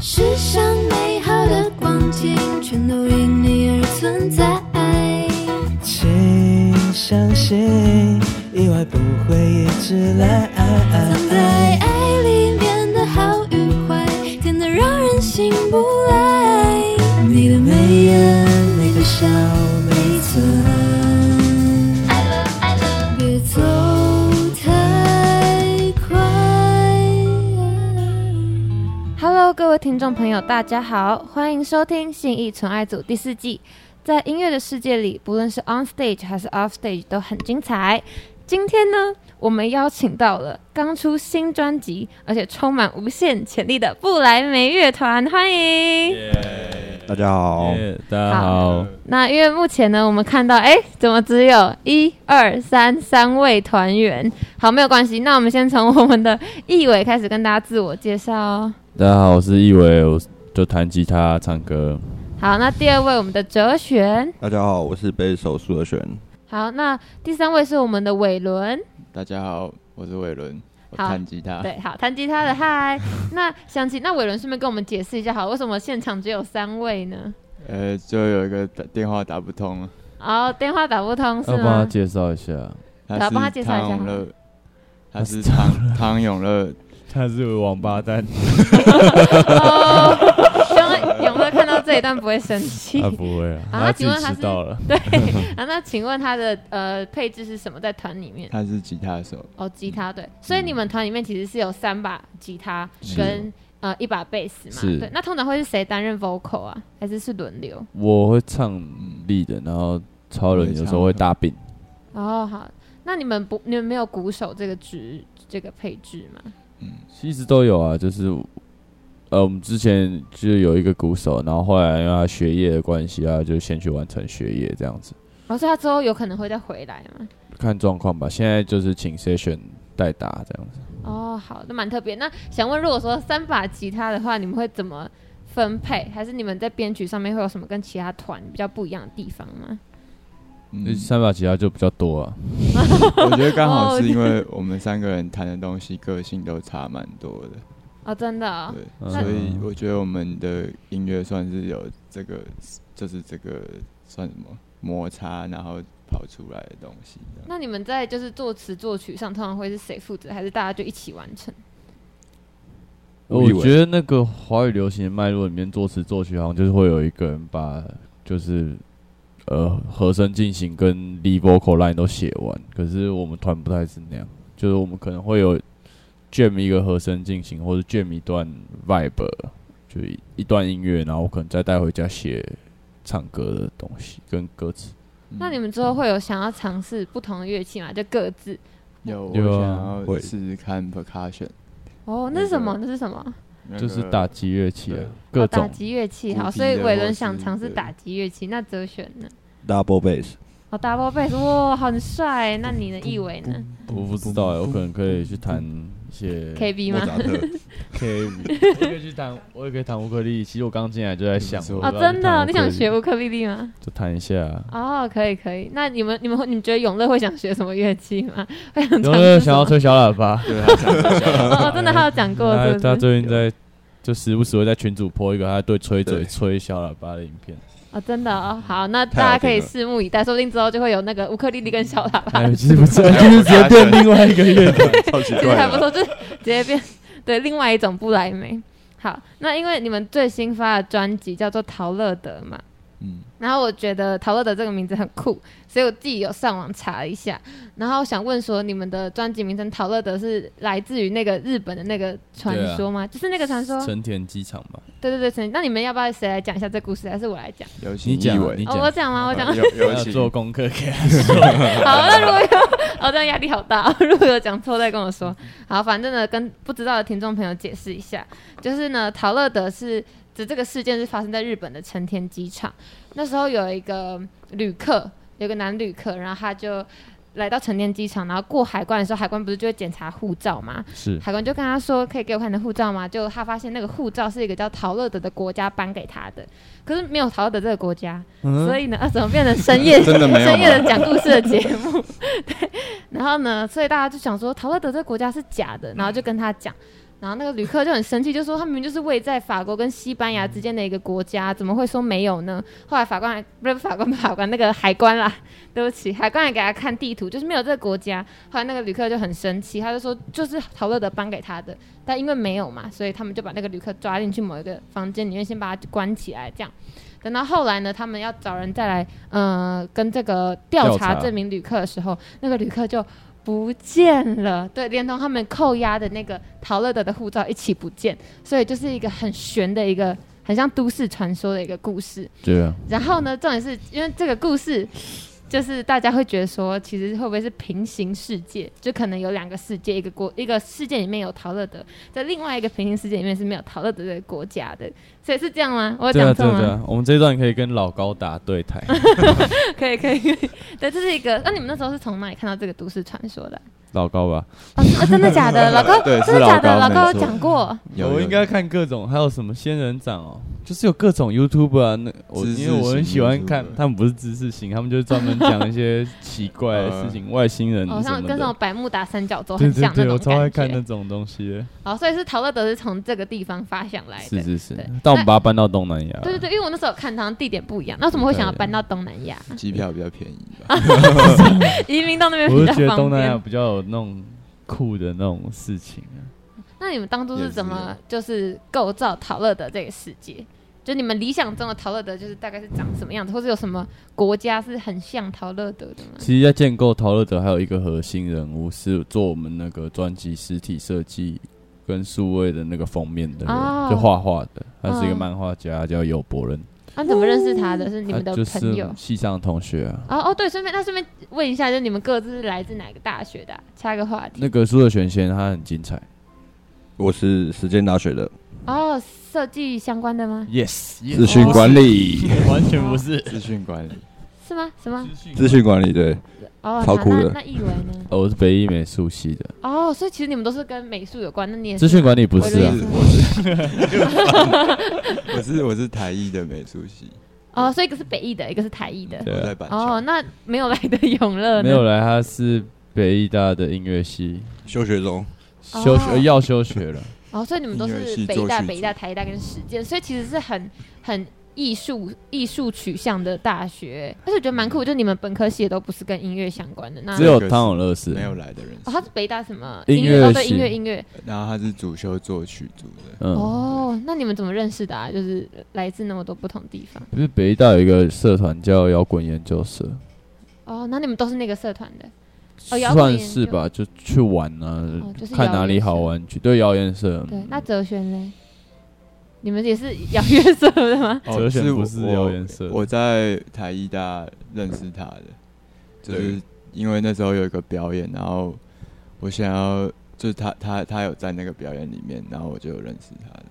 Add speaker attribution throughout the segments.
Speaker 1: 世上美好的光景全都因你而存在。
Speaker 2: 请相信，意外不会一直来。
Speaker 1: 藏在爱里面的好与坏，甜得让人醒不来。你的眉眼，你的笑，每寸。爱了爱了，别走太快。啊
Speaker 3: Hello，各位听众朋友，大家好，欢迎收听《信义纯爱组》第四季。在音乐的世界里，不论是 on stage 还是 off stage 都很精彩。今天呢，我们邀请到了刚出新专辑，而且充满无限潜力的布莱梅乐团，欢迎。
Speaker 4: 大家好，
Speaker 5: 耶大家好，
Speaker 3: 那因为目前呢，我们看到，哎，怎么只有一二三三位团员？好，没有关系，那我们先从我们的义伟开始跟大家自我介绍哦。
Speaker 5: 大家好，我是易伟，我就弹吉他、唱歌。
Speaker 3: 好，那第二位我们的哲璇，
Speaker 4: 大家好，我是贝斯手苏德璇。
Speaker 3: 好，那第三位是我们的伟伦，
Speaker 6: 大家好，我是伟伦，我
Speaker 3: 好
Speaker 6: 弹吉
Speaker 5: 啊
Speaker 6: 他。
Speaker 3: 对，好，弹吉他 的嗨。那想起那伟伦顺便跟我们解释一下，好，为什么现场只有三位呢？
Speaker 6: 呃，就有一个打电话打不通，
Speaker 3: 哦，电话打不通是
Speaker 5: 要帮他
Speaker 3: 吗？
Speaker 5: 介绍一下，
Speaker 3: 来
Speaker 6: 他
Speaker 3: 啊帮他介
Speaker 6: 是
Speaker 3: 绍一下
Speaker 6: 汤永乐，他
Speaker 5: 他
Speaker 6: 是
Speaker 5: 是
Speaker 6: 汤汤永乐，
Speaker 5: 他是王八蛋，
Speaker 3: 哦，希望永乐看到这一段不会生气。
Speaker 5: 他不会 啊，
Speaker 3: 啊那
Speaker 5: 他自
Speaker 3: 请问他
Speaker 5: 己
Speaker 3: 是
Speaker 5: 知道了。
Speaker 3: 对，啊，那请问他的呃配置是什么在团里面？
Speaker 5: 嗯
Speaker 6: 他是吉他手，
Speaker 3: 哦，吉他对，所以你们团里面其实是有三把吉他
Speaker 5: 是
Speaker 3: 跟呃一把贝斯嘛，
Speaker 5: 是
Speaker 3: 对。那通常会是谁担任 vocal 啊？还是是轮流？
Speaker 5: 我会唱立的，然后超人有时候会大病，
Speaker 3: 哦，好，那你们不，你们没有鼓手这个职这个配置吗？
Speaker 5: 一直都有啊。就是呃，我们之前就有一个鼓手，然后后来因为他学业的关系啊，就先去完成学业这样子，
Speaker 3: 哦，所以他之后有可能会再回来嘛？
Speaker 5: 看状况吧。现在就是请 session 代打这样子。
Speaker 3: 哦，好，那蛮特别。那想问，如果说三把吉他的话，你们会怎么分配？还是你们在编曲上面会有什么跟其他团比较不一样的地方吗？
Speaker 6: 嗯，
Speaker 5: 三把吉他就比较多啊，
Speaker 6: 我觉得刚
Speaker 3: 哦
Speaker 6: 好
Speaker 3: 我
Speaker 6: 是因为我们三个人弹的东西个性都差蛮多的，
Speaker 3: 哦，真的、哦，
Speaker 6: 对，
Speaker 5: 嗯
Speaker 6: 所以我觉得我们的音乐算是有这个，就是这个算什么摩擦，然后跑出来的东西这样。
Speaker 3: 那你们在就是作词作曲上，通常会是谁负责？还是大家就一起完成？
Speaker 6: 嗯
Speaker 5: 我觉得那个华语流行的脉络里面，作词作曲好像就是会有一个人把就是呃和声进行跟 lead vocal line 都写完，可是我们团不太是那样，就是我们可能会有 jam 一个和声进行，或者 jam 一段 vibe，就是一一段音乐，然后我可能再带回家写唱歌的东西跟歌词。
Speaker 6: 嗯
Speaker 3: 那你们之后会有想要尝试不同的乐器吗？就各自。
Speaker 6: 嗯有我
Speaker 5: 有
Speaker 6: 想
Speaker 5: 啊
Speaker 6: 要
Speaker 4: 会
Speaker 6: 试试看 percussion，
Speaker 3: 哦，那是什么？那是什么？
Speaker 6: 那
Speaker 5: 就是
Speaker 6: 个
Speaker 5: 打击乐器啊
Speaker 6: 对，
Speaker 5: 各
Speaker 3: 哦、打
Speaker 5: 种
Speaker 3: 击乐器。
Speaker 6: 鼓
Speaker 3: 好，
Speaker 6: 皮
Speaker 3: 所以
Speaker 6: 的
Speaker 3: 伟
Speaker 6: 或
Speaker 3: 伦
Speaker 6: 是
Speaker 3: 想尝试
Speaker 6: 对
Speaker 3: 打击乐器，那哲选呢？
Speaker 4: Double bass，
Speaker 3: 哦，double bass，哇，很帅。那你呢？意伟呢
Speaker 5: 我不知道、欸，我可能可以去弹一些
Speaker 3: ？KB
Speaker 4: 莫
Speaker 3: 吗？
Speaker 4: 扎特，
Speaker 5: K 五，我可以去弹，我也可以弹乌克丽。其实我刚进来就 在想，
Speaker 6: 不错
Speaker 3: 哦，
Speaker 5: 我要不要
Speaker 3: 真的？
Speaker 5: 去
Speaker 3: 你
Speaker 5: 弹乌克丽
Speaker 3: 想学乌克丽丽吗？
Speaker 5: 就弹一下啊。
Speaker 3: 哦，可以可以。那你们你们会你们觉得永乐会想学什么乐器吗？ 会想
Speaker 5: 有
Speaker 3: 尝
Speaker 5: 没
Speaker 3: 试
Speaker 5: 有
Speaker 3: 什
Speaker 5: 想要
Speaker 3: 么？
Speaker 5: 吹小喇叭？
Speaker 6: 对他想一下
Speaker 3: 哦， 哦真的他有讲 过，
Speaker 5: 他
Speaker 3: 是
Speaker 5: 他
Speaker 3: 不是？
Speaker 5: 最近在就时不时会在群主播一个他对吹嘴吹小喇叭的影 片，
Speaker 3: 哦，真的哦。好，那
Speaker 4: 太好
Speaker 3: 大家可以
Speaker 4: 听了
Speaker 3: 拭目以待，说不定之后就会有那个乌克丽丽跟小喇叭
Speaker 5: 哎，其实不是，就是直接变另外一个乐 团。
Speaker 4: 超级
Speaker 3: 其实还不
Speaker 4: 的。
Speaker 3: 错，就是直接变对另外一种布莱梅。好，那因为你们最新发的专辑叫做《陶乐德》嘛，
Speaker 6: 嗯，
Speaker 3: 然后我觉得“陶乐德”这个名字很酷，所以我自己有上网查了一下，然后想问说，你们的专辑名称“陶乐德”是来自于那个日本的那个传说吗？就是那个传说？
Speaker 5: 成田机场嘛，
Speaker 3: 对对对，陈那你们要不要谁来讲一下这故事？还是我来讲？
Speaker 6: 有
Speaker 5: 你
Speaker 6: 请
Speaker 5: 讲
Speaker 6: 一
Speaker 5: 啊，
Speaker 6: 伟
Speaker 5: 你
Speaker 3: 哦，我
Speaker 5: 讲，
Speaker 3: 讲吗？我讲。
Speaker 6: 有有
Speaker 5: 要
Speaker 6: 请
Speaker 5: 呃做功课 给他。
Speaker 3: 好，那如果有，哦，这样压力好大、哦。如果有讲错，再跟我说。好，反正呢，跟不知道的听众朋友解释一下，就是呢，陶乐德是指这个事件是发生在日本的成田机场。那时候有一个旅客，有个男旅客，然后他就来到成田机场，然后过海关的时候，海关不是就会检查护照吗？
Speaker 5: 是
Speaker 3: 海关就跟他说：“可以给我看你的护照吗？”就他发现那个护照是一个叫陶乐德的国家颁给他的，可是没有陶乐德这个国家，所以呢，啊，怎么变成深 夜
Speaker 6: 嗯真的没有吗啊
Speaker 3: 深夜的讲故事的节目？ 对，然后呢，所以大家就想说陶乐德这个国家是假的，然后就跟他讲。然后那个旅客就很生气，就说他明明就是位在法国跟西班牙之间的一个国家，怎么会说没有呢？后来法官还不是法官，法官那个海关啦，对不起，海关还给他看地图，就是没有这个国家。后来那个旅客就很生气，他就说就是陶乐德颁给他的，但因为没有嘛，所以他们就把那个旅客抓进去某一个房间里面，先把他关起来，这样。等到后来呢，他们要找人再来，呃，跟这个调
Speaker 5: 调
Speaker 3: 查
Speaker 5: 查
Speaker 3: 这名旅客的时候，那个旅客就不见了，对，连同他们扣押的那个陶乐德的护照一起不见，所以就是一个很悬的一个，很像都市传说的一个故事。
Speaker 5: 对啊，
Speaker 3: 然后呢，重点是因为这个故事，就是大家会觉得说，其实会不会是平行世界？就可能有两个世界，一个国一个世界里面有陶乐德，在另外一个平行世界里面是没有陶乐德的国家的，所以是这样吗？我有
Speaker 5: 对啊，
Speaker 3: 讲错
Speaker 5: 对啊，
Speaker 3: 吗？
Speaker 5: 对啊，我们这一段可以跟老高打 对台。
Speaker 3: 可以可以，可以对，这是一个。那、你们那时候是从哪里看到这个都市传说 的？
Speaker 5: 老高吧，
Speaker 3: 哦，是啊真的假的？老高，
Speaker 6: 对
Speaker 3: 真的
Speaker 6: 是
Speaker 3: 假的？老
Speaker 6: 老高没
Speaker 3: 高有
Speaker 6: 错
Speaker 3: 讲过，
Speaker 6: 有
Speaker 5: 我
Speaker 6: 有
Speaker 5: 应该看各种，还有什么仙人掌哦，就是有各种 YouTube 啊，那我
Speaker 6: 知识
Speaker 5: 因为我很喜欢
Speaker 6: 型
Speaker 5: 看
Speaker 6: YouTuber，
Speaker 5: 他们不是知识型，他们就是专门讲一些奇怪 的
Speaker 6: 嗯
Speaker 5: 事情，外星人
Speaker 3: 好、
Speaker 5: 嗯什
Speaker 3: 像
Speaker 5: 么
Speaker 3: 跟那种
Speaker 5: 的。
Speaker 3: 百慕达三角洲
Speaker 5: 对
Speaker 3: 很
Speaker 5: 对
Speaker 3: 像那
Speaker 5: 对，
Speaker 3: 种
Speaker 5: 我超爱看
Speaker 3: 感
Speaker 5: 那
Speaker 3: 觉。
Speaker 5: 种东西的。
Speaker 3: 好，所以是陶乐德是从这个地方发想来的
Speaker 5: 是。是是
Speaker 3: 哎对，
Speaker 5: 但我们把它搬到东南亚。
Speaker 3: 对对对，因为我那时候有看他地点不一样，那为什么会想要搬到东南亚？
Speaker 6: 机票比较便宜吧？
Speaker 3: 啊移民到那边
Speaker 5: 我
Speaker 3: 比
Speaker 5: 就觉
Speaker 3: 较
Speaker 5: 得
Speaker 3: 方
Speaker 5: 东南亚
Speaker 3: 便。
Speaker 5: 比较有那种酷的那种事情啊。
Speaker 3: 那你们当初是
Speaker 6: 也是
Speaker 3: 怎么就是构造陶乐德这个世界？就你们理想中的陶乐德就是大概是长什么样子，或者有什么国家是很像陶乐德的吗？
Speaker 5: 其实，在建构陶乐德还有一个核心人物是做我们那个专辑实体设计跟数位的那个封面的人，
Speaker 3: 哦
Speaker 5: 就画画的，他是一个
Speaker 3: 嗯
Speaker 5: 漫画家，叫尤伯伦，
Speaker 3: 啊那、你怎么认识他的？是你
Speaker 5: 他
Speaker 3: 们的
Speaker 5: 啊就是
Speaker 3: 朋友？
Speaker 5: 系上的同学啊。
Speaker 3: 哦哦，对，顺便那顺便问一下，就是你们各自是来自哪个大学的啊、插个话题。
Speaker 5: 那个苏的玄先他很精彩
Speaker 4: 我是实践大学的
Speaker 3: 哦，设计相关的吗？
Speaker 5: ，yes，
Speaker 4: 资讯管理，
Speaker 5: 完全不是。
Speaker 6: 资讯 管理，
Speaker 3: 是吗？什么？
Speaker 4: 资讯管理对，
Speaker 3: 哦，
Speaker 4: 超
Speaker 3: 好
Speaker 4: 酷的
Speaker 3: 那那艺文呢？
Speaker 5: 哦，我是北艺美术系的，
Speaker 3: 哦，所以其实你们都是跟美术有关。那你也
Speaker 5: 资
Speaker 3: 是
Speaker 5: 讯管理不
Speaker 3: 我
Speaker 5: 是啊
Speaker 3: 认，识
Speaker 6: 我是我是台艺的美术系，
Speaker 3: 哦，所以一个是北艺的，一个是台艺的。
Speaker 5: 对
Speaker 6: 我
Speaker 5: 啊
Speaker 6: 在板
Speaker 3: 哦，
Speaker 6: 桥，
Speaker 3: 那没有来的永乐呢
Speaker 5: 没有来，他是北艺大的音乐系，
Speaker 4: 休学中，
Speaker 5: 休
Speaker 3: 哦
Speaker 5: 学要休学了。
Speaker 3: 哦，所以你们都
Speaker 6: 音乐
Speaker 3: 是
Speaker 6: 系
Speaker 3: 北
Speaker 6: 作
Speaker 3: 大、
Speaker 6: 曲
Speaker 3: 北
Speaker 6: 组
Speaker 3: 大、台大跟实践，所以其实是很很艺术艺术取向的大学，而且我觉得蛮酷，就你们本科系也都不是跟音乐相关的。那
Speaker 5: 只有汤永乐是
Speaker 6: 没有来的人，
Speaker 3: 哦，他是北大什么
Speaker 5: 音
Speaker 3: 乐？
Speaker 5: 乐
Speaker 3: 哦，对，
Speaker 5: 系
Speaker 3: 音乐音乐。
Speaker 6: 然后他是主修作曲组的，
Speaker 5: 嗯
Speaker 3: 哦，那你们怎么认识的啊？就是来自那么多不同地方。
Speaker 5: 不是北医大有一个社团叫摇滚研究社，
Speaker 3: 哦，那你们都是那个社团的。哦摇滚
Speaker 5: 算
Speaker 3: 研究
Speaker 5: 是吧，就去玩
Speaker 3: 哦
Speaker 5: 啊
Speaker 3: 就是，
Speaker 5: 看哪里好玩去。对，谣言社，嗯
Speaker 3: 对，那哲轩嘞？你们也是摇乐社的吗？
Speaker 5: 哲选
Speaker 6: 是
Speaker 5: 哦不是
Speaker 6: 哦我
Speaker 5: 谣言社，
Speaker 6: 我在台艺大认识他的，就是因为那时候有一个表演，然后我想要，就是他他他有在那个表演里面，然后我就有认识他的。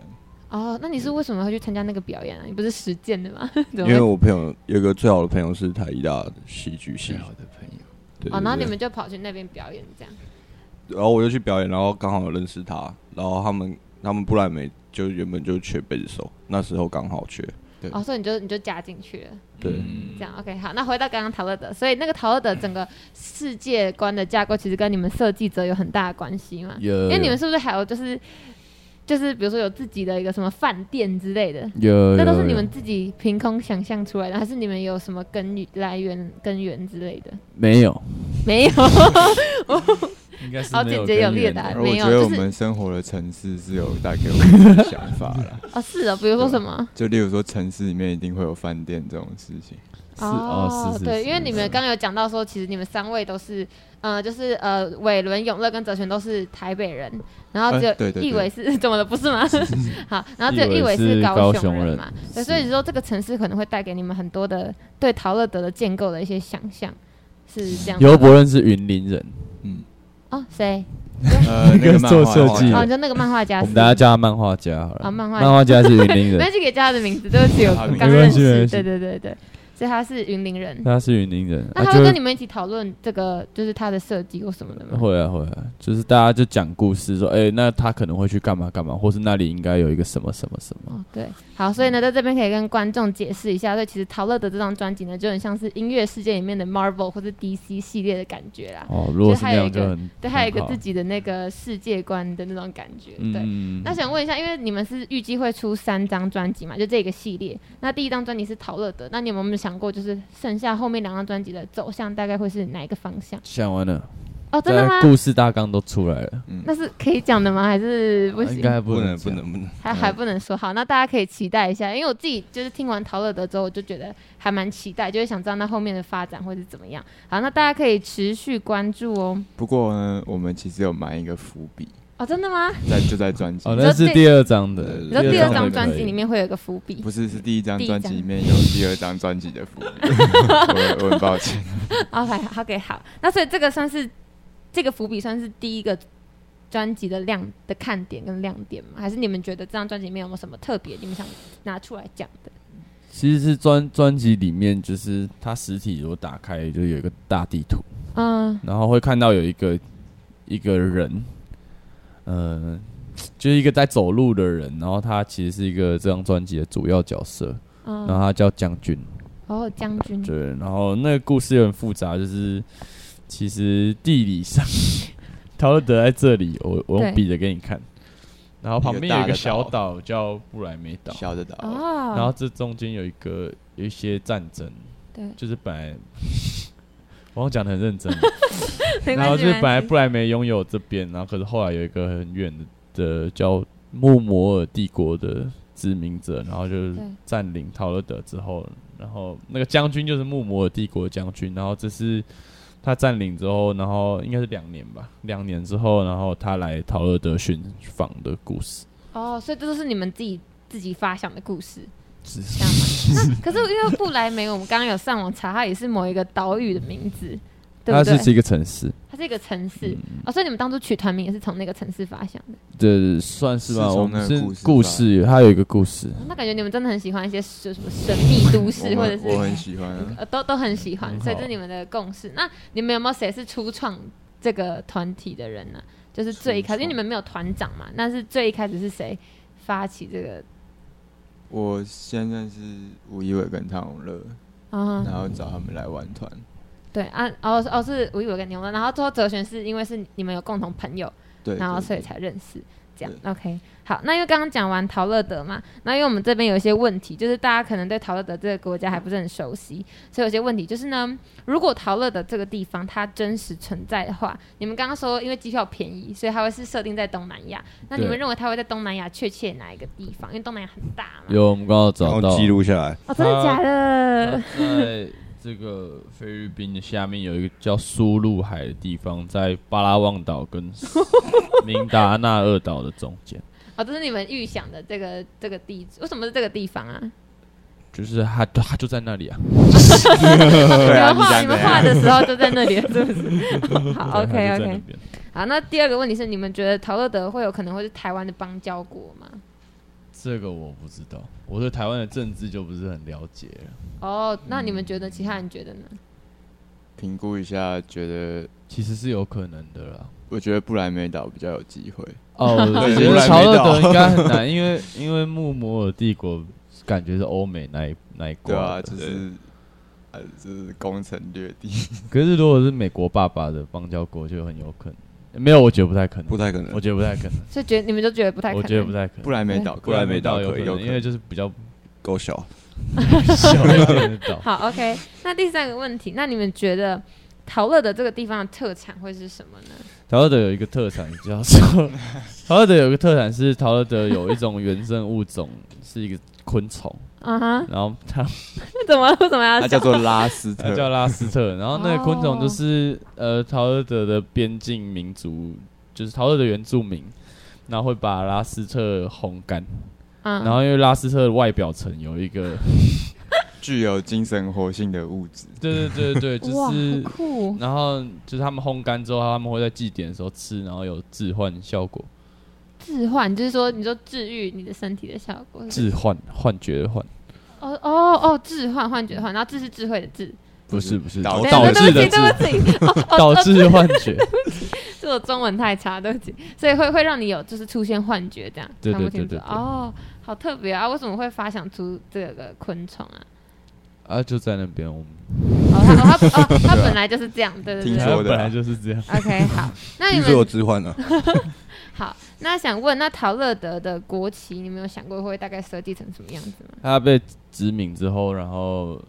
Speaker 3: 哦，那你是为什么会去参加那个表演啊？你不是实践的吗？ 怎么
Speaker 4: 因
Speaker 3: 会哦
Speaker 4: 为我朋友有一个最好的朋友是台艺大戏剧系，
Speaker 6: 的朋友，
Speaker 4: 对，
Speaker 3: 哦，
Speaker 4: 对
Speaker 3: 然后你
Speaker 4: 对
Speaker 3: 们就跑去那边表演这样。
Speaker 4: 然后我就去表演，然后刚好认识他，然后他们他们布莱梅就原本就缺贝斯手，那时候刚好缺，
Speaker 6: 对
Speaker 3: 哦，所以你就你就加进去了，
Speaker 4: 对，
Speaker 3: 这样
Speaker 4: 嗯
Speaker 3: OK。好，那回到刚刚陶乐德，所以那个陶乐德整个世界观的架构其实跟你们设计者有很大的关系嘛？
Speaker 5: 有
Speaker 3: 因为你们是不是还有就是就是比如说有自己的一个什么饭店之类的，
Speaker 5: 有
Speaker 3: 那都是
Speaker 5: 有
Speaker 3: 你
Speaker 5: 有
Speaker 3: 们自己凭空想象出来的，还是你们有什么根源来源根源之类的？
Speaker 5: 没有，
Speaker 3: 没 有，
Speaker 5: 应该是
Speaker 3: 好
Speaker 5: 没
Speaker 3: 简哦洁有
Speaker 5: 根
Speaker 3: 力
Speaker 5: 源
Speaker 3: 的答案，
Speaker 6: 而我
Speaker 3: 啊没有，
Speaker 6: 觉得我
Speaker 3: 就是
Speaker 6: 们生活的城市是有带给我们的想法啦，
Speaker 3: 哦是哦，比如说什么？
Speaker 6: 就例如说城市里面一定会有饭店这种事 情，
Speaker 5: 是哦，是是，
Speaker 3: 对，
Speaker 5: 是
Speaker 3: 因为你们
Speaker 5: 是
Speaker 3: 刚刚有讲到说，其实你们三位都是，呃，就是呃，伟伦、永乐跟哲璇都是台北人，然后只
Speaker 6: 哎对
Speaker 3: 有
Speaker 6: 对
Speaker 3: 义伟是 怎么了？不是吗？好，然后只有义
Speaker 5: 义
Speaker 3: 伟
Speaker 5: 伟
Speaker 3: 是
Speaker 5: 是
Speaker 3: 高
Speaker 5: 高
Speaker 3: 雄
Speaker 5: 雄
Speaker 3: 人
Speaker 5: 人
Speaker 3: 嘛，对，所以说这个城市可能会带给你们很多的对陶乐德的建构的一些想象，是这样子吗。
Speaker 5: 尤伯伦是云林人，
Speaker 6: 嗯，
Speaker 3: 哦，谁？
Speaker 6: 呃，那个漫
Speaker 5: 做
Speaker 6: 画
Speaker 5: 设
Speaker 6: 画
Speaker 5: 计对
Speaker 6: 家
Speaker 3: 哦，你说那个漫画家
Speaker 5: 我
Speaker 3: 是，
Speaker 5: 们大家叫他漫画家好
Speaker 3: 啊
Speaker 5: 了，
Speaker 3: 漫画家
Speaker 5: 漫画家是云林
Speaker 3: 没关
Speaker 5: 人，
Speaker 3: 系，给叫他的名字，对不起，我
Speaker 6: 好
Speaker 3: 刚认
Speaker 5: 没关系没
Speaker 3: 识，
Speaker 5: 关系
Speaker 3: 对对对对。所以他是云林人。
Speaker 5: 他是云林人，
Speaker 3: 那
Speaker 5: 啊
Speaker 3: 他
Speaker 5: 就
Speaker 3: 会跟你们一起讨论这个，就是他的设计或什么的吗？
Speaker 5: 会啊会啊，就是大家就讲故事说，哎、那他可能会去干嘛干嘛，或是那里应该有一个什么什么什么。
Speaker 3: 哦，对，好，所以呢，在这边可以跟观众解释一下，所以其实陶乐德这张专辑呢，就很像是音乐世界里面的 Marvel 或者 DC 系列的感觉啦。
Speaker 5: 哦，如果是那样
Speaker 3: 就
Speaker 5: 就
Speaker 3: 还有一个
Speaker 5: 很
Speaker 3: 对，还有一个自，
Speaker 5: 很好
Speaker 3: 己的那个世界观的那种感觉。对，
Speaker 5: 嗯，
Speaker 3: 那想问一下，因为你们是预计会出三张专辑嘛，就这个系列。那第一张专辑是陶乐德，那你们有没有想过，就是剩下后面两张专辑的走向大概会是哪一个方向？
Speaker 5: 想完了，
Speaker 3: 哦，真的
Speaker 5: 在
Speaker 3: 吗？
Speaker 5: 故事大纲都出来了，
Speaker 3: 那是可以讲的吗？还是不
Speaker 5: 应
Speaker 3: 行？
Speaker 5: 该
Speaker 4: 不能
Speaker 5: 不
Speaker 4: 不
Speaker 5: 能
Speaker 4: 能不能，
Speaker 3: 还还不能说好，那大家可以期待一下，因为我自己就是听完陶乐德之后，我就觉得还蛮期待，就会想知道那后面的发展会是怎么样。好，那大家可以持续关注哦。
Speaker 6: 不过呢，我们其实有埋一个伏笔，
Speaker 3: 哦，真的吗？
Speaker 6: 在就在专辑
Speaker 5: 讲。哦，
Speaker 6: 里，
Speaker 5: 那是第二章的，
Speaker 6: 你
Speaker 3: 你说
Speaker 6: 第
Speaker 3: 第
Speaker 6: 二
Speaker 3: 二
Speaker 6: 张
Speaker 3: 张
Speaker 5: 的
Speaker 3: 专
Speaker 5: 可
Speaker 3: 辑
Speaker 5: 以
Speaker 3: 里面会有一个伏笔
Speaker 6: 不，是是第一张
Speaker 3: 第一
Speaker 6: 专
Speaker 3: 张
Speaker 6: 辑里面有第二张专辑 的伏笔，我我很抱 歉。
Speaker 3: 哦，还好，OK，好。那所以这个算是这个伏笔，算是第一个专辑的亮的看点跟亮点吗？还是你们觉得这张专辑里面有没有什么特别，你们想拿出来讲的？
Speaker 5: 其实是专专辑里面，就是它实体如果打开，就有一个大地图，
Speaker 3: 嗯，
Speaker 5: 然后会看到有一个一个人，呃，就是一个在走路的人，然后他其实是一个这张专辑的主要角色，然后
Speaker 3: 嗯
Speaker 5: 他叫将军，
Speaker 3: 哦，将军，
Speaker 5: 对，然后那个故事有点复杂，就是其实地理上， 陶乐德在这里，我我
Speaker 3: 对
Speaker 5: 用比着给你看，然后旁边有一
Speaker 6: 一个
Speaker 5: 个
Speaker 6: 大的
Speaker 5: 小
Speaker 6: 岛
Speaker 5: 岛叫布莱梅岛，
Speaker 6: 小的岛，
Speaker 3: 哦，
Speaker 5: 然后这中间有一个有一些战争，
Speaker 3: 对，
Speaker 5: 就是本来 我好像讲的很认真，
Speaker 3: 没
Speaker 5: 然后
Speaker 3: 关
Speaker 5: 就
Speaker 3: 系
Speaker 5: 是
Speaker 3: 没
Speaker 5: 本来
Speaker 3: 关系
Speaker 5: 布莱梅拥有这边，然后可是后来有一个很远的叫穆摩尔帝国的殖民者，然后就是
Speaker 3: 对
Speaker 5: 占领陶勒德之后，然后那个将军就是穆摩尔帝国的将军，然后这是他占领之后，然后应该是两年吧，两年之后，然后他来陶勒德寻访的故事。
Speaker 3: 哦，所以这都是你们自己自己发想的故事，
Speaker 5: 是
Speaker 3: 这样吗？那可是因为布莱梅，我们刚刚有上网查，它也是某一个岛屿的名字，对
Speaker 5: 它
Speaker 3: 不
Speaker 5: 是
Speaker 3: 对？
Speaker 5: 是一个城市，
Speaker 3: 它是一个城市，哦，所以你们当初取团名也是从那个城市发想的。
Speaker 5: 对，算是吧。
Speaker 6: 是
Speaker 5: 我
Speaker 6: 从那
Speaker 5: 们
Speaker 6: 个
Speaker 5: 是
Speaker 6: 故事
Speaker 5: 故
Speaker 6: 吧
Speaker 5: 事，它有一个故事。
Speaker 3: 哦那感觉你们真的很喜欢一些就什么神秘都市，
Speaker 6: 我
Speaker 3: 或者
Speaker 6: 很我
Speaker 3: 是
Speaker 6: 很喜欢啊。
Speaker 3: 呃都都很喜欢
Speaker 5: 很，好
Speaker 3: 所以这是你们的共识。那你们有没有谁是初创这个团体的人呢、就是最一开始，因为你们没有团长嘛，那是最一开始是谁发起这个？
Speaker 6: 我现在是吴一伟跟汤永乐，
Speaker 3: 啊、
Speaker 6: 然后找他们来玩团。
Speaker 3: 对啊，哦哦是吴亦伟跟牛了，然后最后哲璇是因为是你们有共同朋友，
Speaker 6: 对，
Speaker 3: 然后
Speaker 6: 对
Speaker 3: 所以才认识。这样 OK，好，那因为刚刚讲完陶乐德嘛，那因为我们这边有一些问题，就是大家可能对陶乐德这个国家还不是很熟悉，所以有些问题就是呢，如果陶乐德这个地方它真实存在的话，你们刚刚说因为机票便宜，所以它会是设定在东南亚，那你
Speaker 5: 对
Speaker 3: 们认为它会在东南亚确切哪一个地方？因为东南亚很大嘛。
Speaker 5: 有，我们刚刚找
Speaker 4: 然后
Speaker 5: 到
Speaker 4: 记录下来。
Speaker 3: 哦，真的假的？
Speaker 5: 在这个菲律宾的下面有一个叫苏禄海的地方，在巴拉望岛跟 明达纳二岛的中间，
Speaker 3: 哦，这是你们预想的这个这个地址，为什么是这个地方啊？
Speaker 5: 就是它它就在那里啊。
Speaker 6: 对啊，
Speaker 3: 你们
Speaker 6: 你
Speaker 3: 画
Speaker 6: 想
Speaker 3: 你们
Speaker 6: 怎
Speaker 3: 画
Speaker 6: 样？
Speaker 3: 的时候就在那里了，是不 是？好
Speaker 5: 它
Speaker 3: ，OK
Speaker 5: 就在那
Speaker 3: OK。
Speaker 5: 边
Speaker 3: 好，那第二个问题是，你们觉得陶乐德会有可能会是台湾的邦交国吗？
Speaker 5: 这个我不知道，我对台湾的政治就不是很了解了。
Speaker 3: 哦，那你们觉得，其他人觉得呢？
Speaker 6: 评估一下，觉得
Speaker 5: 其实是有可能的啦。
Speaker 6: 我觉得布莱梅岛比较有机会。
Speaker 5: 哦，我觉
Speaker 6: 对
Speaker 5: 得
Speaker 6: 来
Speaker 5: 陶
Speaker 6: 没
Speaker 5: 乐
Speaker 6: 到
Speaker 5: 德应该很难，因为因为穆摩尔帝国感觉是欧美那一那一
Speaker 6: 对啊，
Speaker 5: 挂的，
Speaker 6: 就是呃，就是攻城略地。
Speaker 5: 可是如果是美国爸爸的邦交国，就很有可能。没有，我觉得不太可能，
Speaker 4: 不太可能
Speaker 5: 我。觉得不太可能。
Speaker 3: 所以觉得你们都觉得不太可能，
Speaker 5: 我觉得哎不太可能，
Speaker 6: 布莱梅岛，
Speaker 4: 布莱梅岛
Speaker 5: 有
Speaker 4: 可以
Speaker 5: 能，
Speaker 4: 有可能
Speaker 5: 因为就是比 较
Speaker 4: 够小，
Speaker 5: 小一点的岛。
Speaker 3: 好，OK。那第三个问题，那你们觉得陶乐德这个地方的特产会是什么呢？
Speaker 5: 陶乐德有一个特产叫做， 陶乐德有一个特产是陶乐德有一种原生物种是一个昆虫，
Speaker 3: 啊哈，
Speaker 5: 然后它
Speaker 4: 呃
Speaker 3: 怎么 为什么要
Speaker 6: 它 叫做拉斯
Speaker 5: 它
Speaker 6: 特，
Speaker 5: 叫拉斯特，然后那个昆虫
Speaker 3: 哦
Speaker 5: 就是呃陶乐德的边境民族，就是陶乐德原住民，然后会把拉斯特烘干，
Speaker 3: 嗯，
Speaker 5: 然后因为拉斯特的外表层有 一个，
Speaker 6: 具有精神活性的物质。
Speaker 5: 对对对对，
Speaker 3: 哇，
Speaker 5: 就
Speaker 3: 好
Speaker 5: 是
Speaker 3: 酷！哦
Speaker 5: 然后就是他们烘干之后，他们会在祭典的时候吃，然后有置换效果，
Speaker 3: 置换就是说，你说治愈你的身体的效果是不是，
Speaker 5: 置换幻觉的幻，
Speaker 3: 哦哦哦，智幻幻觉的幻，然后智是智慧的智，
Speaker 5: 不是不是
Speaker 6: 导
Speaker 5: 哦导
Speaker 3: 对
Speaker 5: 导
Speaker 3: 对
Speaker 5: 致
Speaker 3: 不
Speaker 5: 的
Speaker 3: 起，对
Speaker 5: 致
Speaker 3: 不起，哦哦
Speaker 5: 导
Speaker 3: 哦
Speaker 5: 致幻觉，
Speaker 3: 是我中文太差，对不起，所以会会让你有就是出现幻觉这样，
Speaker 5: 对
Speaker 3: 看不
Speaker 5: 对
Speaker 3: 清
Speaker 5: 对
Speaker 3: 楚
Speaker 5: 对对
Speaker 3: 哦，好特别啊！为什么会发想出这个昆虫啊？
Speaker 5: 啊，就在那边，我们
Speaker 3: 哦，他哦 他哦他
Speaker 5: 啊
Speaker 3: 本来就是这样，对对
Speaker 6: 听
Speaker 3: 对。
Speaker 6: 说的啊
Speaker 5: 本来就是这样。
Speaker 3: OK，好，那你
Speaker 4: 听说有
Speaker 3: 们
Speaker 4: 置换了，
Speaker 3: 好，那想问，那陶乐德的国旗，你们有想过会大概设计成什么样子吗？
Speaker 5: 他被殖民之后，然后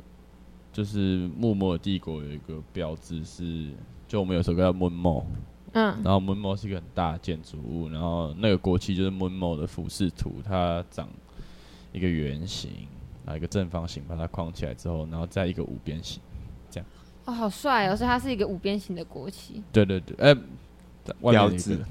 Speaker 5: 就是木莫帝国有一个标志是，就我们有首歌叫《木莫》，
Speaker 3: 嗯，
Speaker 5: 然后 m o n m o 是一个很大的建筑物，然后那个国旗就是 m o n m o 的俯视图，它长一个圆形，然后一个正方形把它框起来之后，然后再一个五边形。
Speaker 3: 哦，好帅哦！所以它是一个五边形的国旗，
Speaker 5: 对对对，哎、外面有一
Speaker 6: 标志
Speaker 5: 个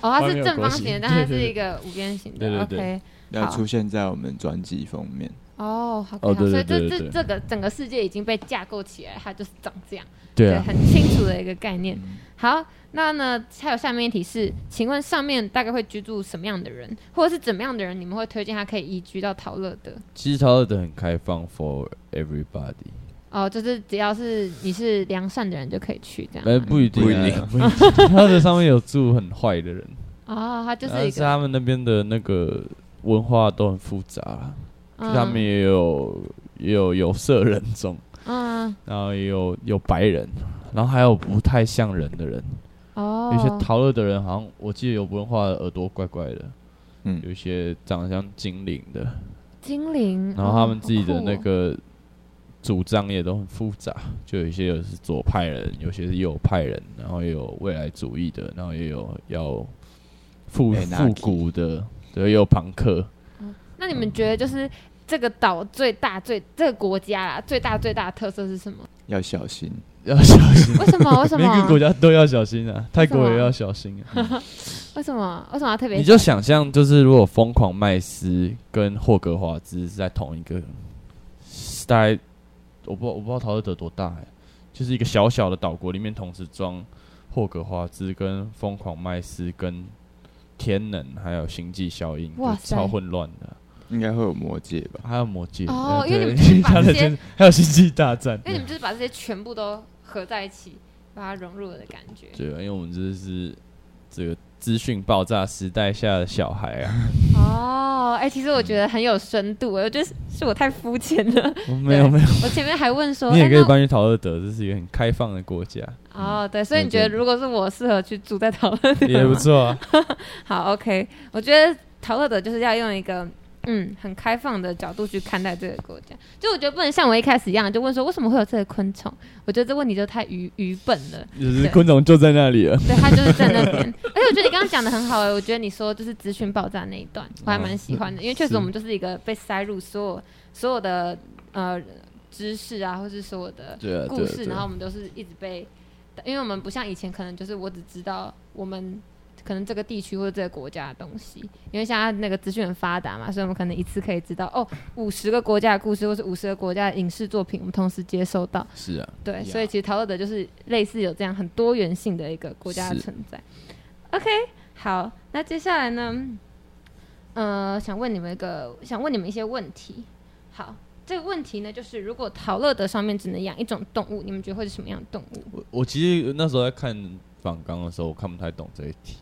Speaker 3: 哦，它是
Speaker 5: 外面有
Speaker 3: 正方
Speaker 5: 国旗
Speaker 3: 形的，但它
Speaker 5: 对
Speaker 3: 是
Speaker 5: 对对
Speaker 3: 一个五边形的。
Speaker 5: 对对对
Speaker 3: OK，
Speaker 6: 要
Speaker 3: 好
Speaker 6: 出现在我们专辑封面，
Speaker 3: 哦，好，
Speaker 5: 哦
Speaker 3: 好
Speaker 5: 对
Speaker 3: 所以
Speaker 5: 对
Speaker 3: 这
Speaker 5: 对
Speaker 3: 这
Speaker 5: 对
Speaker 3: 这个整个世界已经被架构起来，它就是长这样，
Speaker 5: 对啊，嗯
Speaker 3: 很清楚的一个概念。好，那呢，还有下面一题是，请问上面大概会居住什么样的人，或者是怎么样的人，你们会推荐他可以移居到陶乐德？
Speaker 5: 其实陶乐德很开放 for everybody，
Speaker 3: 哦，就是只要是你是良善的人就可以去这样。
Speaker 5: 哎、不一定、
Speaker 4: 不一
Speaker 5: 啊，
Speaker 4: 定
Speaker 5: 不一定，陶乐德上面有住很坏的人，
Speaker 3: 哦，他就是
Speaker 5: 但
Speaker 3: 一
Speaker 5: 是
Speaker 3: 个，
Speaker 5: 他们那边的那个文化都很复杂啦，就啊他们也有也有有色人种。
Speaker 3: 嗯，
Speaker 5: 然后也有有白人，然后还有不太像人的人，
Speaker 3: 哦，
Speaker 5: 有一些陶乐的人好像我记得有文化的耳朵怪怪的，
Speaker 6: 嗯
Speaker 5: 有一些长得像精灵的，
Speaker 3: 精灵，
Speaker 5: 然后他们
Speaker 3: 哦
Speaker 5: 自己的那，
Speaker 3: 嗯好酷哦
Speaker 5: 个主张也都很复杂，就有一些有是左派人，有些是右派人，然后也有未来主义的，然后也有要复
Speaker 6: Anarchy
Speaker 5: 复古的，对，也有朋克，
Speaker 3: 那你们觉得就是这个岛最大最这个国家啦，最大最大的特色是 什么？
Speaker 6: 要小心。
Speaker 5: 要小心，
Speaker 3: 为什么？为什
Speaker 5: 每个国
Speaker 3: 么？
Speaker 5: 家都要小心啊，泰国
Speaker 3: 为什
Speaker 5: 也
Speaker 3: 么
Speaker 5: 要小心啊。
Speaker 3: 为什么？为什么要特别？
Speaker 5: 你就想象，就是如果疯狂麦斯跟霍格华兹是在同一个，大概我不知道我不知道陶乐德多大、欸，就是一个小小的岛国里面同时装霍格华兹跟疯狂麦斯跟天能还有星际效应，
Speaker 3: 哇
Speaker 5: 就
Speaker 3: 塞
Speaker 5: 超混乱的，
Speaker 6: 应该会有魔戒吧？
Speaker 5: 还有魔戒
Speaker 3: 哦
Speaker 5: 呃
Speaker 3: 因为你 们
Speaker 5: 对
Speaker 3: 就是把
Speaker 5: 他的
Speaker 3: 这些
Speaker 5: 天还有星际大战，
Speaker 3: 因为你们就是把这些全部都合在一起，把它融入了的感觉。
Speaker 5: 对，啊因为我们这是这个资讯爆炸时代下的小孩
Speaker 3: 哦，
Speaker 5: 啊，
Speaker 3: 哎、其实我觉得很有深度，我觉得是是我太肤浅了。
Speaker 5: 我没有没有，
Speaker 3: 我前面还问说，
Speaker 5: 你也
Speaker 3: 哎
Speaker 5: 可以
Speaker 3: 那
Speaker 5: 关于陶乐德，这是一个很开放的国家，
Speaker 3: 哦，对，所以你觉
Speaker 5: 对
Speaker 3: 得
Speaker 5: 对
Speaker 3: 如果是我适合去住在讨论地
Speaker 5: 也
Speaker 3: 方
Speaker 5: 不
Speaker 3: 吗
Speaker 5: 错 啊。
Speaker 3: 好，OK，我觉得陶乐德就是要用一个嗯很开放的角度去看待这个国家。就我觉得不能像我一开始一样，就问说为什么会有这个昆虫？我觉得这问题就太愚愚笨了。
Speaker 5: 就是昆虫就在那里了。
Speaker 3: 对，他就是在那边。而且我觉得你刚刚讲的很好哎、我觉得你说就是资讯爆炸那一段，我还蛮喜欢的， 因为确实
Speaker 5: 哦是
Speaker 3: 我们就是一个被塞入所有所有的呃知识啊，或是所有的
Speaker 5: 对啊，
Speaker 3: 故事，然后我们都是一直被，因为我们不像以前，可能就是我只知道我们可能这个地区或者这个国家的东西，因为现在那个资讯很发达嘛，所以我们可能一次可以知道哦，五十个国家的故事，或是五十个国家的影视作品，我们同时接收到。
Speaker 5: 是啊，
Speaker 3: 对
Speaker 6: Yeah
Speaker 3: 所以其实陶乐德就是类似有这样很多元性的一个国家的
Speaker 5: 是
Speaker 3: 存在。OK，好，那接下来呢，呃，想问你们一个，想问你们一些问题。好，这个问题呢，就是如果陶乐德上面只能养一种动物，你们觉得会是什么样的动物？
Speaker 5: 我我其实那时候在看仿纲的时候，我看不太懂这一题。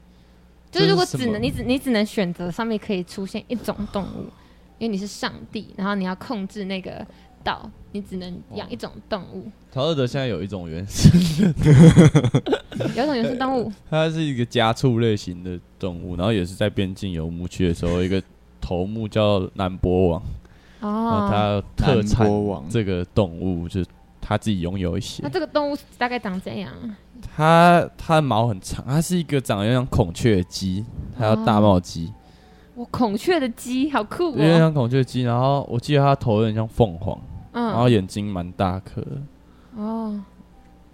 Speaker 3: 就是如果
Speaker 5: 这是
Speaker 3: 只
Speaker 5: 什么
Speaker 3: 能你只你只能选择上面可以出现一种动物，因为你是上帝，然后你要控制那个岛，你只能养
Speaker 5: 哦
Speaker 3: 一种动物，
Speaker 5: 陶乐德现在有一种原生，
Speaker 3: 有一种原生动物，
Speaker 5: 它是一个家畜类型的动物，然后也是在边境游牧区的时候，一个头目叫南波王，然后
Speaker 3: 哦，
Speaker 5: 他特
Speaker 6: 南
Speaker 5: 产
Speaker 6: 波王，
Speaker 5: 这个动物，就是他自己拥有一些
Speaker 3: 那。这个动物大概长怎样啊？
Speaker 5: 它它的毛很长，它是一个长得有点像孔雀鸡，它叫
Speaker 3: 哦
Speaker 5: 大帽鸡，
Speaker 3: 我孔雀的鸡好酷
Speaker 5: 有点
Speaker 3: 哦，
Speaker 5: 像孔雀鸡。然后我记得它头有点像凤凰，然后
Speaker 3: 嗯，
Speaker 5: 眼睛蛮大颗的，
Speaker 3: 哦，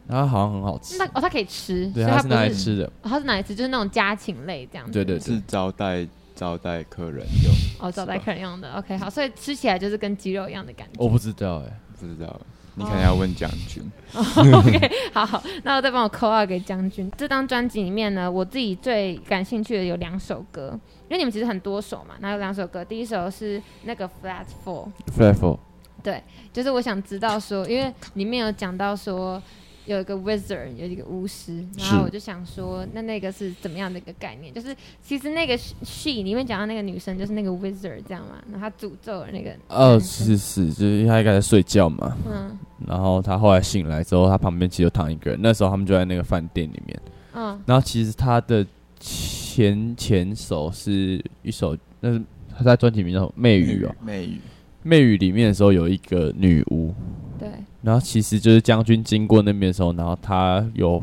Speaker 5: 然后好像很好吃
Speaker 3: 那。哦，它可以吃，所
Speaker 5: 对，
Speaker 3: 以
Speaker 5: 它
Speaker 3: 它
Speaker 5: 是
Speaker 3: 不
Speaker 5: 拿来
Speaker 3: 是，嗯
Speaker 5: 吃的。
Speaker 3: 哦它是拿来吃，就是那种家禽类这样子，
Speaker 5: 对对对
Speaker 6: 是，招待招待客人用，
Speaker 3: 哦，招待客人用的。OK，好，所以
Speaker 5: 嗯
Speaker 3: 吃起来就是跟鸡肉一样的感觉。
Speaker 5: 我不知道哎、
Speaker 6: 不知道，你可能要问将军。
Speaker 5: 啊
Speaker 3: OK，好，那我再帮我扣二给将军。这张专辑里面呢，我自己最感兴趣的有两首歌，因为你们其实很多首嘛，那有两首歌，第一首是那个 Flat Four，
Speaker 5: f l a f o
Speaker 3: 就是我想知道说，因为里面有讲到说有一个 wizard，有一个巫师，然后
Speaker 4: 是
Speaker 3: 我就想说，那那个是怎么样的一个概念？就是其实那个 she 里面讲到那个女生就是那个 wizard 这样嘛，然后她诅咒了那个
Speaker 5: 哦，
Speaker 3: 男生
Speaker 5: 是是，就是他一开始在睡觉嘛，
Speaker 3: 嗯
Speaker 5: 然后他后来醒来之后，他旁边其实有躺一个人，那时候他们就在那个饭店里面，
Speaker 3: 嗯
Speaker 5: 然后其实他的前前手是一首，那是他在专辑名叫什么《媚语》哦，
Speaker 6: 媚语，
Speaker 5: 《媚语》里面的时候有一个女巫，
Speaker 3: 对
Speaker 5: 然后其实就是将军经过那边的时候，然后他有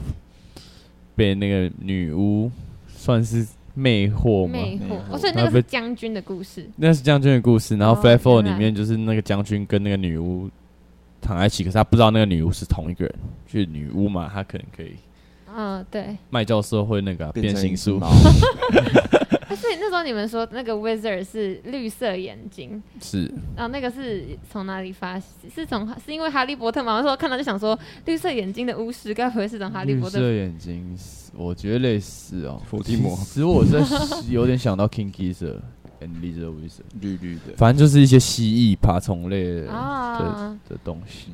Speaker 5: 被那个女巫算是魅惑吗？
Speaker 3: 魅惑
Speaker 6: 魅，惑
Speaker 3: 哦，所以那个
Speaker 5: 然后被
Speaker 3: 是将军的故事，
Speaker 5: 那是将军的故事，然后
Speaker 3: 哦
Speaker 5: Flat Four
Speaker 3: 原
Speaker 5: 里
Speaker 3: 来
Speaker 5: 面就是那个将军跟那个女巫躺在一起，可是他不知道那个女巫是同一个人，就是女巫嘛，他可能可以
Speaker 3: 嗯对。
Speaker 5: 卖教授会那个啊、变
Speaker 6: 成一
Speaker 5: 形
Speaker 6: 只
Speaker 5: 术
Speaker 6: 猫，
Speaker 3: 啊所以那时候你们说那个 wizard 是绿色眼睛，
Speaker 5: 是
Speaker 3: 然后那个是从哪里发？是从是因为哈利波特吗？我说看到就想说绿色眼睛的巫师，该不会是从哈利
Speaker 5: 绿
Speaker 3: 波特
Speaker 5: 色眼睛，我觉得类似哦。
Speaker 4: 伏地魔
Speaker 5: 其实我在 有点想到 King Gizzard and Lizard Wizard，
Speaker 6: 绿绿的，
Speaker 5: 反正就是一些蜥蜴、爬虫类的
Speaker 3: 啊？
Speaker 5: 的东西。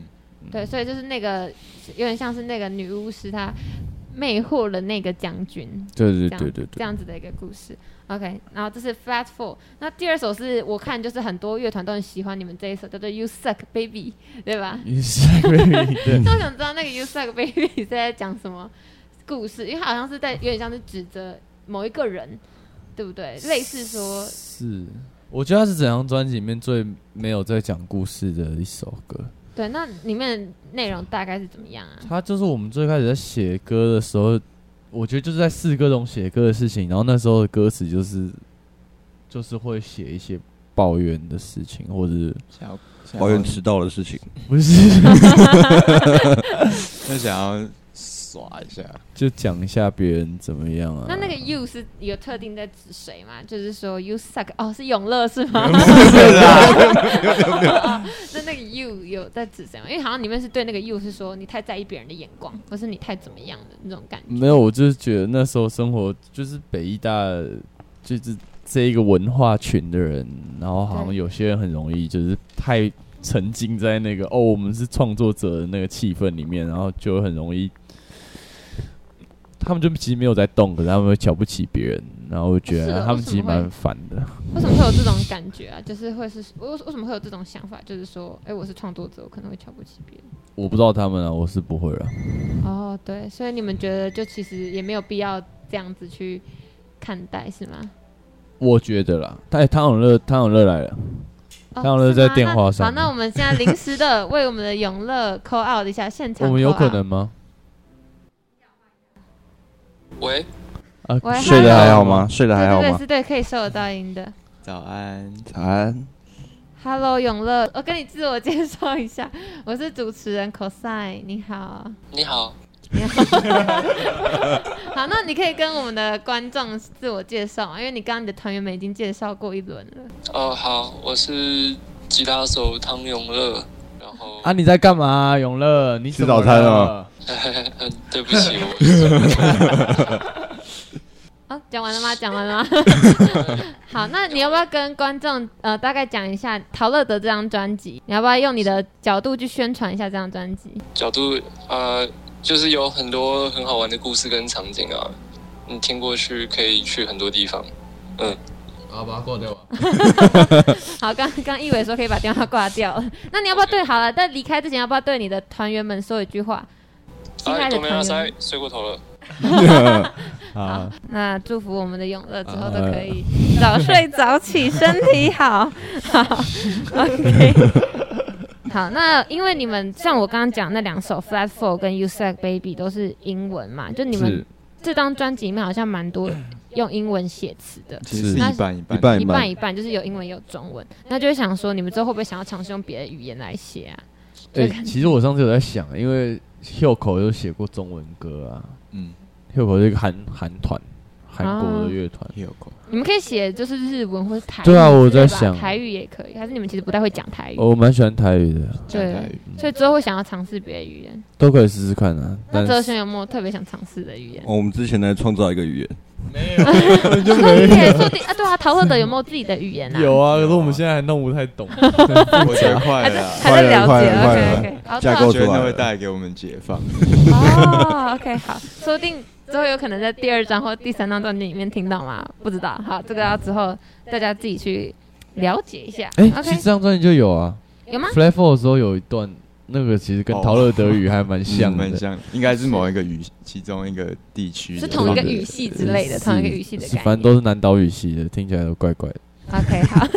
Speaker 3: 对，所以就是那个有点像是那个女巫师，她魅惑了那个将军，
Speaker 5: 对对
Speaker 3: 这样
Speaker 5: 对对
Speaker 3: 这
Speaker 5: 对，
Speaker 3: 样子的一个故事。OK，然后这是 Flat Four，那第二首是我看就是很多乐团都很喜欢你们这一首，叫做 You Suck Baby，对吧？
Speaker 5: 也是 baby，对
Speaker 3: 那我想知道那个 You Suck Baby 是在讲什么故事，因为它好像是在有点像是指责某一个人，对不对？ 类似说
Speaker 5: 是，我觉得它是整张专辑里面最没有在讲故事的一首歌。
Speaker 3: 对，那里面的内容大概是怎么样啊？
Speaker 5: 它就是我们最开始在写歌的时候，我觉得就是在试各种写歌的事情，然后那时候的歌词就是就是会写一些抱怨的事情，或者 是
Speaker 6: 想要想
Speaker 4: 抱怨
Speaker 6: 要
Speaker 4: 迟到的事情，
Speaker 5: 不是
Speaker 6: 就想要耍一下，
Speaker 5: 就讲一下别人怎么样啊？
Speaker 3: 那那个 you 是有特定在指谁吗？就是说 you suck 哦，是永乐是啊吗？ 那那个 you 有在指谁吗？因为好像里面是对那个 you 是说你太在意别人的眼光，或是你太怎么样的那种感觉。
Speaker 5: 没有，我就是觉得那时候生活就是北医大就是这一个文化群的人，然后好像
Speaker 3: 对
Speaker 5: 有些人很容易就是太沉浸在那个哦，我们是创作者的那个气氛里面，然后就很容易。他们就其实没有在动，可是他们会瞧不起别人，然后我觉
Speaker 3: 是
Speaker 5: 得
Speaker 3: 哦
Speaker 5: 他们其实
Speaker 3: 为什么会
Speaker 5: 蛮烦的。
Speaker 3: 为什么会有这种感觉啊？就是会是为为什么会有这种想法？就是说，哎、我是创作者，我可能会瞧不起别人。
Speaker 5: 我不知道他们啊，我是不会啊。
Speaker 3: 哦，对，所以你们觉得就其实也没有必要这样子去看待，是吗？
Speaker 5: 我觉得啦，哎，汤永乐，汤永乐来了，
Speaker 3: 哦
Speaker 5: 当然了
Speaker 3: 是吗
Speaker 5: 在电话上
Speaker 3: 那好，那我们现在临时的为我们的永乐 call out 一下现场 call
Speaker 5: 我
Speaker 3: out。
Speaker 5: 们有可能吗？
Speaker 7: 喂，
Speaker 5: 啊
Speaker 3: 喂，
Speaker 4: 睡得
Speaker 3: hello
Speaker 4: 还好吗？？睡得
Speaker 3: 对
Speaker 4: 还好
Speaker 3: 对对，
Speaker 4: 吗？
Speaker 3: 是对，可以收得到音的。
Speaker 6: 早安，
Speaker 4: 早安，
Speaker 3: Hello，永乐，我跟你自我介绍一下，我是主持人 cosine，你好，
Speaker 7: 你好，
Speaker 3: 你好。好，那你可以跟我们的观众自我介绍吗，因为你刚刚你的团员们已经介绍过一轮了。
Speaker 7: 哦、好，我是吉他手汤永乐，然后，
Speaker 5: 啊，你在干嘛、永乐？你
Speaker 4: 吃早餐了
Speaker 5: 了？
Speaker 7: 嗯对不起，我
Speaker 3: 啊，讲完了吗？讲完了吗？好，那你要不要跟观众呃大概讲一下陶乐德这张专辑？你要不要用你的角度去宣传一下这张专辑？
Speaker 7: 角度啊、呃就是有很多很好玩的故事跟场景啊，你听过去可以去很多地方。
Speaker 5: 好，把它挂掉吧。
Speaker 3: 好，刚刚一伟说可以把电话挂掉了， 那你要不要对好了？在离开之前，要不要对你的团员们说一句话？亲爱
Speaker 7: 哎，
Speaker 3: 的
Speaker 7: 东南
Speaker 3: 团
Speaker 7: 亚
Speaker 3: 员
Speaker 7: 塞
Speaker 3: 们，
Speaker 7: 睡过头了。
Speaker 5: 啊，
Speaker 3: 那祝福我们的永乐之后都
Speaker 6: 哎
Speaker 3: 可以早睡早 起，身体好。好，OK。好，那因为你们像我刚刚讲那两首《Flat Four》跟《You Suck Baby》都是英文嘛，就你们
Speaker 5: 是
Speaker 3: 这张专辑里面好像蛮多用英文写词的，
Speaker 6: 其实是
Speaker 3: 那
Speaker 6: 一半一半，
Speaker 4: 一半
Speaker 3: 一
Speaker 4: 一
Speaker 3: 半
Speaker 4: 半
Speaker 3: 一，半，就是有英文也有中文。那就会想说，你们之后会不会想要尝试用别的语言来写啊？
Speaker 5: 哎、其实我上次有在想，因为 Hilco 有写过中文歌啊
Speaker 6: 嗯，
Speaker 5: ，Hilco 是一个韩韩团，韩国
Speaker 3: 啊
Speaker 5: 的乐团。
Speaker 6: 有口，
Speaker 3: 你们可以写就是日文或是台语之类
Speaker 5: 对
Speaker 3: 吧，
Speaker 5: 啊我在想
Speaker 3: 台语也可以，还是你们其实不太会讲台语，
Speaker 5: 哦我蛮喜欢台语的，
Speaker 3: 对
Speaker 6: 讲台语
Speaker 3: 所以之后会想要尝试别的语言。
Speaker 5: 都可以试试看啊。
Speaker 3: 那
Speaker 5: 但
Speaker 3: 哲
Speaker 5: 是
Speaker 3: 轩有没有特别想尝试的语言？
Speaker 4: 哦我们之前在创造一个语言，
Speaker 6: 没有，
Speaker 3: 说
Speaker 5: 就
Speaker 3: 不定也说不定啊，对啊，陶乐德有没有自己的语言啊？
Speaker 5: 有啊，可是我们现在还弄不太 懂。
Speaker 6: 我学坏
Speaker 3: 还在
Speaker 6: 了啊，
Speaker 3: 还在了
Speaker 4: 哎快
Speaker 3: 解
Speaker 4: 了快了
Speaker 3: ，OK OK，好，
Speaker 4: 架
Speaker 6: 我
Speaker 4: 构
Speaker 6: 觉得
Speaker 4: 出来
Speaker 6: 那会
Speaker 4: 了
Speaker 6: 带给我们解放。
Speaker 5: 嗯
Speaker 3: 哦，OK，好，说不定之后有可能在第二张或第三张专辑里面听到嘛，不知道。好，这个要之后大家自己去了解一下。
Speaker 5: 哎，其
Speaker 3: OK，
Speaker 5: 实这张专辑就有啊
Speaker 3: 有吗？
Speaker 5: ，Fly Four 的时候有一段，那个其实跟
Speaker 6: 哦
Speaker 5: 陶乐德语还 蛮像
Speaker 6: 嗯蛮
Speaker 5: 的，
Speaker 6: 像，应该是某一个语其中一个地区的，
Speaker 3: 是同一个语系之类的，
Speaker 5: 是
Speaker 3: 同一个语系的
Speaker 5: 是
Speaker 3: 概
Speaker 5: 反正
Speaker 3: 念。
Speaker 5: 都是南岛语系的，听起来都怪怪的。
Speaker 3: OK，好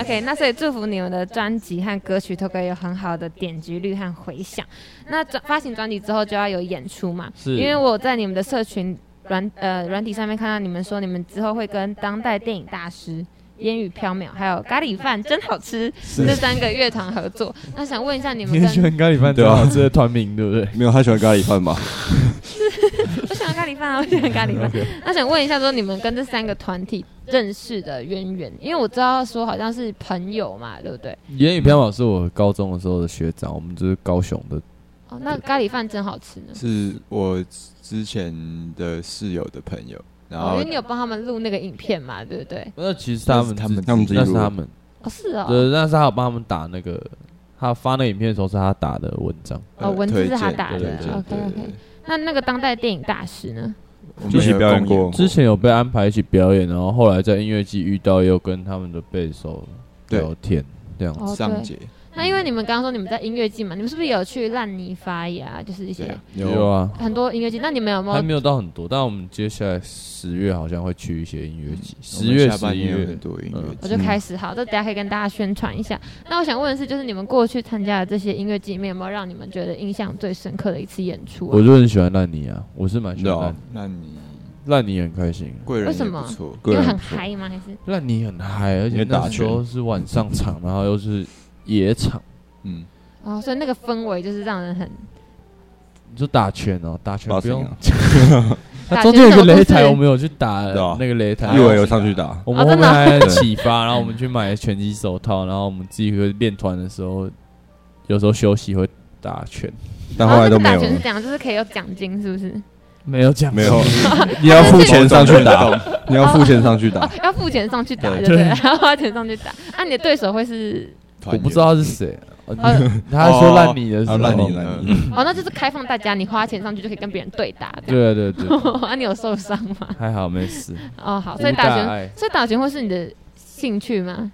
Speaker 3: ，OK，那所以祝福你们的专辑和歌曲都可以有很好的点击率和回响。那专发行专辑之后就要有演出嘛，
Speaker 5: 是
Speaker 3: 因为我在你们的社群软呃软体上面看到你们说你们之后会跟当代电影大师。烟雨缥缈，还有咖喱饭真好吃，这三个乐团合 作。那想问一下你们
Speaker 5: 你很喜
Speaker 3: 跟
Speaker 5: 欢咖喱饭最
Speaker 4: 对啊
Speaker 5: 好吃的团名，对不对？
Speaker 4: 没有，他喜欢咖喱 饭吧？
Speaker 3: 我喜欢咖喱 饭啊，我喜欢咖喱饭。那想问一下，说你们跟这三个团体认识的渊源，因为我知道说好像是朋友嘛，对不对？
Speaker 5: 言语缥缈是我高中的时候的学长，我们就是高雄的，
Speaker 3: 哦，那咖喱饭真好吃呢。
Speaker 6: 是我之前的室友的朋友，然
Speaker 3: 哦因
Speaker 6: 后
Speaker 3: 为你有帮他们录那个影片嘛，对不对？
Speaker 5: 那其实
Speaker 6: 那
Speaker 5: 他
Speaker 6: 是
Speaker 5: 们
Speaker 6: 他们
Speaker 5: 自
Speaker 4: 他们自己
Speaker 5: 那是
Speaker 4: 录的
Speaker 5: 他们，
Speaker 3: 哦，是哦，
Speaker 5: 对，但是他有帮他们打那个，他发那影片的时候是他打的文章，
Speaker 3: 哦
Speaker 6: 呃
Speaker 3: 文字是
Speaker 6: 推
Speaker 3: 他
Speaker 6: 荐
Speaker 3: 打的
Speaker 6: 对对对
Speaker 3: OK，OK
Speaker 6: 对对
Speaker 3: 那那个当代电影大师呢？
Speaker 6: 我们
Speaker 4: 一起
Speaker 6: 有
Speaker 4: 表演
Speaker 6: 共
Speaker 4: 过
Speaker 5: 之前有被安排一起表演，然后后来在音乐季遇到，又跟他们的贝斯手
Speaker 6: 对
Speaker 5: 聊天，这样。
Speaker 3: 哦，
Speaker 6: 上
Speaker 3: 对。
Speaker 6: 节
Speaker 3: 那因为你们刚刚说你们在音乐季嘛，你们是不是有去烂泥发芽，就是一
Speaker 6: 对
Speaker 3: 些
Speaker 6: 啊
Speaker 5: 有啊，
Speaker 3: 很多音乐季？那你们有没
Speaker 5: 还
Speaker 3: 有
Speaker 5: 没有到很多，但我们接下来十月好像会去一些音乐季，
Speaker 6: 嗯我
Speaker 5: 十
Speaker 6: 们
Speaker 5: 月、
Speaker 6: 下
Speaker 5: 十
Speaker 6: 半
Speaker 5: 一
Speaker 6: 年有
Speaker 5: 月
Speaker 6: 很，多音
Speaker 5: 嗯
Speaker 3: 我就
Speaker 6: 乐节，
Speaker 3: 开始好，这大家可以跟大家宣传一下。那我想问的是，就是你们过去参加的这些音乐季里面，有没有让你们觉得印象最深刻的一次演出、
Speaker 5: 我
Speaker 3: 啊？
Speaker 5: 就很喜欢烂泥啊，我是蛮喜欢
Speaker 4: 对啊
Speaker 5: 烂泥，
Speaker 6: 那你
Speaker 5: 烂泥很开心，啊
Speaker 6: 贵人
Speaker 3: 为什
Speaker 6: 也
Speaker 3: 么
Speaker 6: 不错，
Speaker 3: 因
Speaker 4: 个
Speaker 3: 为
Speaker 4: 人
Speaker 3: 很
Speaker 4: 不错
Speaker 3: 嗨吗？还是
Speaker 5: 烂泥很嗨，而
Speaker 4: 因
Speaker 5: 且
Speaker 4: 为打
Speaker 5: 那时候是晚上场，然后又是野场，
Speaker 6: 嗯，
Speaker 3: 哦，所以那个氛围就是让人很
Speaker 5: 你就打拳哦，打拳
Speaker 4: 八
Speaker 5: 不
Speaker 4: 成
Speaker 5: 用
Speaker 4: 啊，
Speaker 3: 打
Speaker 5: 它
Speaker 3: 拳
Speaker 5: 中间有
Speaker 3: 什
Speaker 5: 个
Speaker 3: 么
Speaker 5: 擂
Speaker 3: 故事
Speaker 5: 台，我们有去打
Speaker 4: 对啊
Speaker 5: 那个擂台
Speaker 4: 立，伟有上去打，
Speaker 5: 我们
Speaker 3: 哦
Speaker 5: 后
Speaker 3: 真的
Speaker 5: 面
Speaker 3: 啊
Speaker 5: 还很启发，然后我们去买拳击手套，然后我们自己会练团的时候，有时候休息会打拳，
Speaker 4: 但后来都
Speaker 3: 哦那
Speaker 4: 没
Speaker 3: 个打
Speaker 4: 有
Speaker 3: 拳是
Speaker 4: 了。
Speaker 3: 这样，就是可以有奖金，是不是？
Speaker 5: 没有讲
Speaker 4: 没有， 你要付钱上去打，你要付钱上去
Speaker 3: 哦
Speaker 4: 打。，
Speaker 3: 要付钱上去打，
Speaker 4: 啊对
Speaker 3: 对不对？ 要花钱上去打。啊，你的对手会是
Speaker 5: 我
Speaker 6: 团
Speaker 5: 不
Speaker 6: 圆
Speaker 5: 知道他是谁。哦
Speaker 3: 哦
Speaker 5: 你他说烂泥的时候，
Speaker 4: 啊，烂
Speaker 6: 哦
Speaker 4: 你烂你，
Speaker 5: 嗯
Speaker 3: 哦，那就是开放大家，你花钱上去就可以跟别人对 打。这样。
Speaker 5: 对对对，
Speaker 3: 啊，你有受伤吗？
Speaker 5: 还好没事。
Speaker 3: 哦，好，所以
Speaker 5: 无大
Speaker 3: 打拳，
Speaker 5: 碍
Speaker 3: 所以打拳会是你的兴趣吗？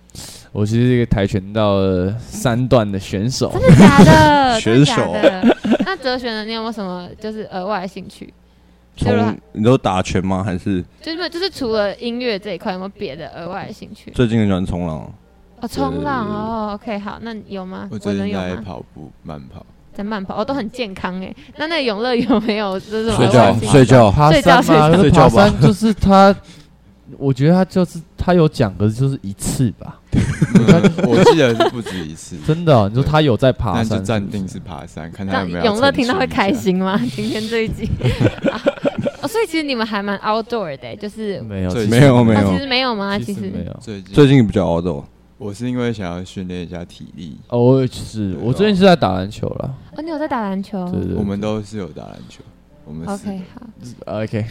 Speaker 5: 我其实是一个跆拳道的三段的选手，
Speaker 3: 真的假的？
Speaker 4: 选
Speaker 3: 真
Speaker 4: 手
Speaker 3: 的假的那哲学呢？你有没有什么就是额外的兴趣？
Speaker 4: 从你都打拳吗？还是
Speaker 3: 就是没有就是除了音乐这一块，有没有别的额外的兴趣？
Speaker 4: 最近很喜欢冲浪？
Speaker 3: 哦，冲浪哦，OK，好，那你有吗？
Speaker 6: 我
Speaker 3: 我
Speaker 6: 最
Speaker 3: 能
Speaker 6: 近
Speaker 3: 有
Speaker 6: 在
Speaker 3: 吗？
Speaker 6: 跑步慢跑，
Speaker 3: 在慢跑，哦，都很健康哎。那那个永乐有没有啊就是啊什么
Speaker 4: 睡
Speaker 3: 额外
Speaker 4: 觉
Speaker 3: 的兴趣？
Speaker 4: 睡觉，
Speaker 5: 爬
Speaker 3: 睡觉
Speaker 5: 山嘛，
Speaker 4: 睡
Speaker 5: 那个
Speaker 4: 觉
Speaker 5: 爬
Speaker 4: 吧
Speaker 5: 山就是他，我觉得他就是他有讲的就是一次吧，
Speaker 6: 嗯我记得是不止一次，
Speaker 5: 真的哦，你说他有在 爬
Speaker 6: 但
Speaker 5: 山
Speaker 6: 就
Speaker 5: 不
Speaker 6: 是
Speaker 5: 是，
Speaker 6: 暂定是爬山，看他
Speaker 3: 那
Speaker 6: 有没有
Speaker 3: 永乐
Speaker 6: 要
Speaker 3: 听到会
Speaker 6: 澄清一下
Speaker 3: 开，心吗？ 今天这一集，哦，所以其实你们还蛮 outdoor 的欸，就是
Speaker 5: 没有，
Speaker 6: 最
Speaker 5: 其
Speaker 4: 没有没
Speaker 3: 啊其
Speaker 4: 有
Speaker 3: 实，没有吗？其
Speaker 5: 实没
Speaker 3: 实
Speaker 5: 有。
Speaker 6: 最近
Speaker 4: 最近比较熬斗，
Speaker 6: 我是因为想要训练一下体力，
Speaker 5: 哦，我也是，我最近是在打篮球了，
Speaker 3: 哦，你有在打篮球
Speaker 5: 对对
Speaker 6: 我们都是有打篮球，我们四个
Speaker 3: ？OK，好。
Speaker 5: 呃 OK，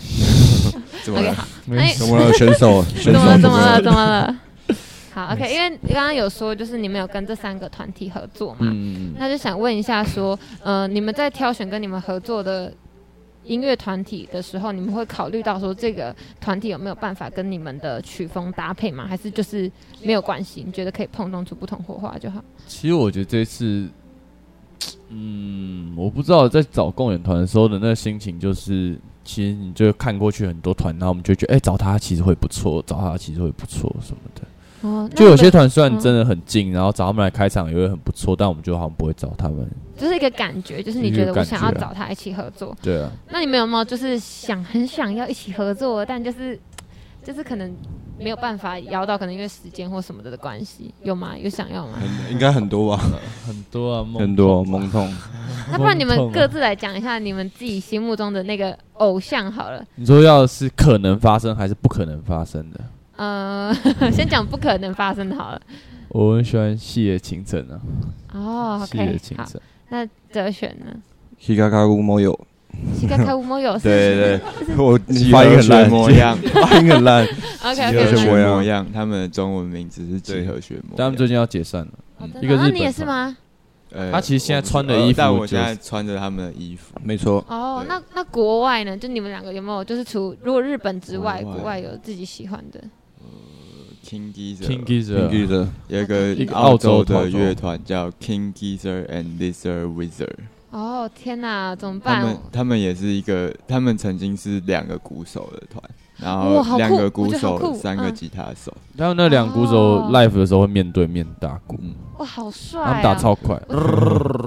Speaker 6: 怎么了？
Speaker 3: 哎
Speaker 5: 没事
Speaker 4: 怎么了？选 手，
Speaker 3: 怎
Speaker 4: 选手
Speaker 3: 么了？
Speaker 4: 怎
Speaker 3: 怎么
Speaker 4: 么
Speaker 3: 了？
Speaker 4: 了？
Speaker 3: 怎么了？好，OK，因为刚刚有说就是你们有跟这三个团体合作嘛，
Speaker 5: 嗯，
Speaker 3: 那就想问一下说，呃，你们在挑选跟你们合作的音乐团体的时候，你们会考虑到说这个团体有没有办法跟你们的曲风搭配吗？还是就是没有关系？你觉得可以碰撞出不同火花就好？
Speaker 5: 其实我觉得这次，嗯，我不知道在找共演团的时候的那个心情，就是其实你就看过去很多团，然后我们就觉得，哎、找他其实会不错，找他其实会不错什么的。
Speaker 3: 哦，那
Speaker 5: 就有些
Speaker 3: 你们嗯
Speaker 5: 团虽然真的很近，然后找他们来开场也会很不错，但我们就好像不会找他们。
Speaker 3: 就是一个感觉，就是你
Speaker 5: 一个
Speaker 3: 觉得我
Speaker 5: 感觉
Speaker 3: 想要
Speaker 5: 啊
Speaker 3: 找他一起合作，
Speaker 5: 对啊，
Speaker 3: 那你们有没有就是想很想要一起合作，但就是就是可能没有办法邀到，可能因为时间或什么的的关系，有吗？有想要吗？
Speaker 4: 应该很多吧，
Speaker 5: 很多啊，
Speaker 4: 很多萌痛。
Speaker 3: 那不然你
Speaker 5: 梦
Speaker 3: 们
Speaker 5: 痛啊
Speaker 3: 各自来讲一下你们自己心目中的那个偶像好了。
Speaker 5: 你说要是可能发生还是不可能发生的？
Speaker 3: 呃， 先讲不可能发生的好了。
Speaker 5: 我很喜欢细野晴臣啊，
Speaker 3: 哦
Speaker 5: 细野
Speaker 3: ，OK，
Speaker 5: 晴
Speaker 3: 好。
Speaker 5: 臣，
Speaker 3: 那哲选呢？
Speaker 4: Hikaku Moyo，
Speaker 3: 膝盖开无模 有
Speaker 4: 对
Speaker 3: 是
Speaker 4: 对对，我发音
Speaker 6: 合
Speaker 4: 很烂
Speaker 6: 学，模样，
Speaker 4: 发音很烂。
Speaker 3: OK
Speaker 4: 有
Speaker 6: 合
Speaker 4: 学
Speaker 6: 学
Speaker 3: OK，
Speaker 4: 模样
Speaker 6: 模样，他们的中文名字是集合学模样。
Speaker 5: 但他们最近要解散了，一个
Speaker 3: 然
Speaker 5: 日
Speaker 3: 后
Speaker 5: 本
Speaker 3: 你也是
Speaker 5: 团
Speaker 3: 吗？
Speaker 6: 呃
Speaker 5: 他其实现在
Speaker 6: 我不
Speaker 5: 穿的
Speaker 6: 呃
Speaker 5: 衣服
Speaker 6: 但我
Speaker 5: 就
Speaker 6: 现在穿着他们的衣服，
Speaker 4: 没错，
Speaker 3: 哦，
Speaker 6: 对
Speaker 3: 那那国外呢？就你们两个有没有就是除如果日本之外，
Speaker 6: 国外
Speaker 3: 国外有自己喜欢的？
Speaker 6: King Gizzard
Speaker 5: 啊 King
Speaker 4: 平
Speaker 5: Gizzard，
Speaker 4: 均的
Speaker 6: 有一
Speaker 3: 一
Speaker 6: 个
Speaker 5: 个
Speaker 6: 澳
Speaker 5: 澳洲
Speaker 6: 洲
Speaker 5: 团
Speaker 6: 的乐团叫 King Gizzard and Lizard Wizard，
Speaker 3: 哦天哪，怎么
Speaker 6: 他
Speaker 3: 办
Speaker 6: 们？他们也是一个，他们曾经是两个鼓手的团，然
Speaker 3: 哇好
Speaker 6: 后
Speaker 3: 酷
Speaker 6: 两个鼓
Speaker 3: 我觉得好
Speaker 6: 手，
Speaker 3: 酷
Speaker 6: 三个
Speaker 3: 嗯
Speaker 6: 吉他手，
Speaker 5: 他们那两鼓手
Speaker 3: 哦
Speaker 5: live 的时候会面对面打鼓，
Speaker 6: 嗯，
Speaker 3: 哇，好帅
Speaker 5: 他们打
Speaker 3: 啊！
Speaker 5: 超快。
Speaker 3: 我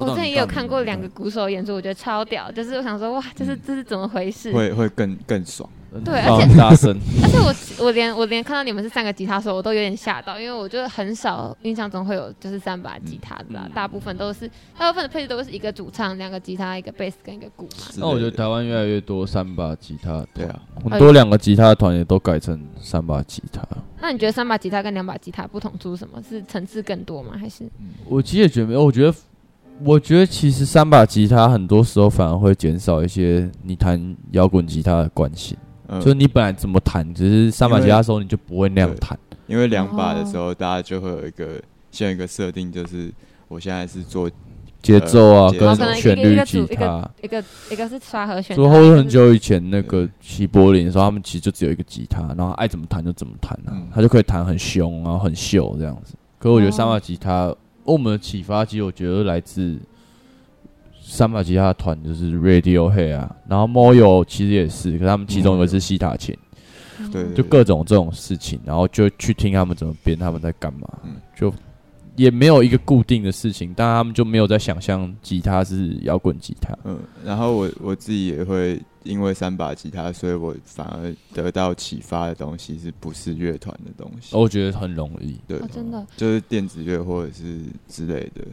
Speaker 5: 我
Speaker 3: 之前也有看过两个鼓手演出，我觉得超屌，就是我想说哇，这是这是怎么回事？
Speaker 6: 会会更更爽。
Speaker 3: 对而且
Speaker 5: 很嗯大声，
Speaker 3: 而且我我连我连看到你们是三个吉他手，我都有点吓到，因为我就很少印象中会有就是三把吉他的
Speaker 5: 嗯
Speaker 3: 啦，大部分都是大部分的配置都是一个主唱、两个吉他、一个贝斯跟一个鼓嘛。
Speaker 6: 之
Speaker 5: 那我觉
Speaker 6: 类
Speaker 5: 得
Speaker 6: 的
Speaker 5: 台湾越来越多三把吉他，
Speaker 6: 对，啊，
Speaker 5: 很多两个吉他团也都改成三把吉他。
Speaker 3: 那你觉得三把吉他跟两把吉他不同出什么？是层次更多吗？还是
Speaker 5: 我其实也觉得没有，我觉得，我觉得其实三把吉他很多时候反而会减少一些你弹摇滚吉他的惯性，
Speaker 6: 嗯
Speaker 5: 就是你本来怎么弹，只是三把吉他的时候你就不会那样弹。
Speaker 6: 因为两把的时候，大家就会有一个先有一个设定，就是我现在是做
Speaker 5: 节奏啊，
Speaker 6: 对哦可
Speaker 5: 跟
Speaker 6: 能
Speaker 5: 旋
Speaker 3: 一个一
Speaker 5: 律
Speaker 3: 个组
Speaker 5: 吉
Speaker 3: 一
Speaker 5: 他，
Speaker 3: 一个一个是刷和弦？
Speaker 5: 之
Speaker 3: 然一
Speaker 5: 后
Speaker 3: 个是嗯
Speaker 5: 很久以前那个齐柏林的时候，他们其实就只有一个吉他，然后爱怎么弹就怎么弹啊，
Speaker 6: 嗯
Speaker 5: 他就可以弹很凶，然后很秀这样子。可我觉得
Speaker 3: 哦
Speaker 5: 三把吉他，我们的启发其实我觉得来自三把吉他的团就是 Radiohead 啊，然后 Moyo 其实也是，可他们其中一个是西塔琴，
Speaker 6: 对嗯
Speaker 3: 嗯
Speaker 6: 对
Speaker 5: 就各种这种事情，然后就去听他们怎么编，他们在干嘛，
Speaker 6: 嗯
Speaker 5: 就也没有一个固定的事情，但他们就没有在想象吉他是摇滚吉他。
Speaker 6: 嗯，然后我我自己也会因为三把吉他，所以我反而得到启发的东西是不是乐团的东西？
Speaker 5: 我觉得很容易，
Speaker 6: 对
Speaker 3: 哦，，真的。
Speaker 6: 就是电子乐或者是之类的。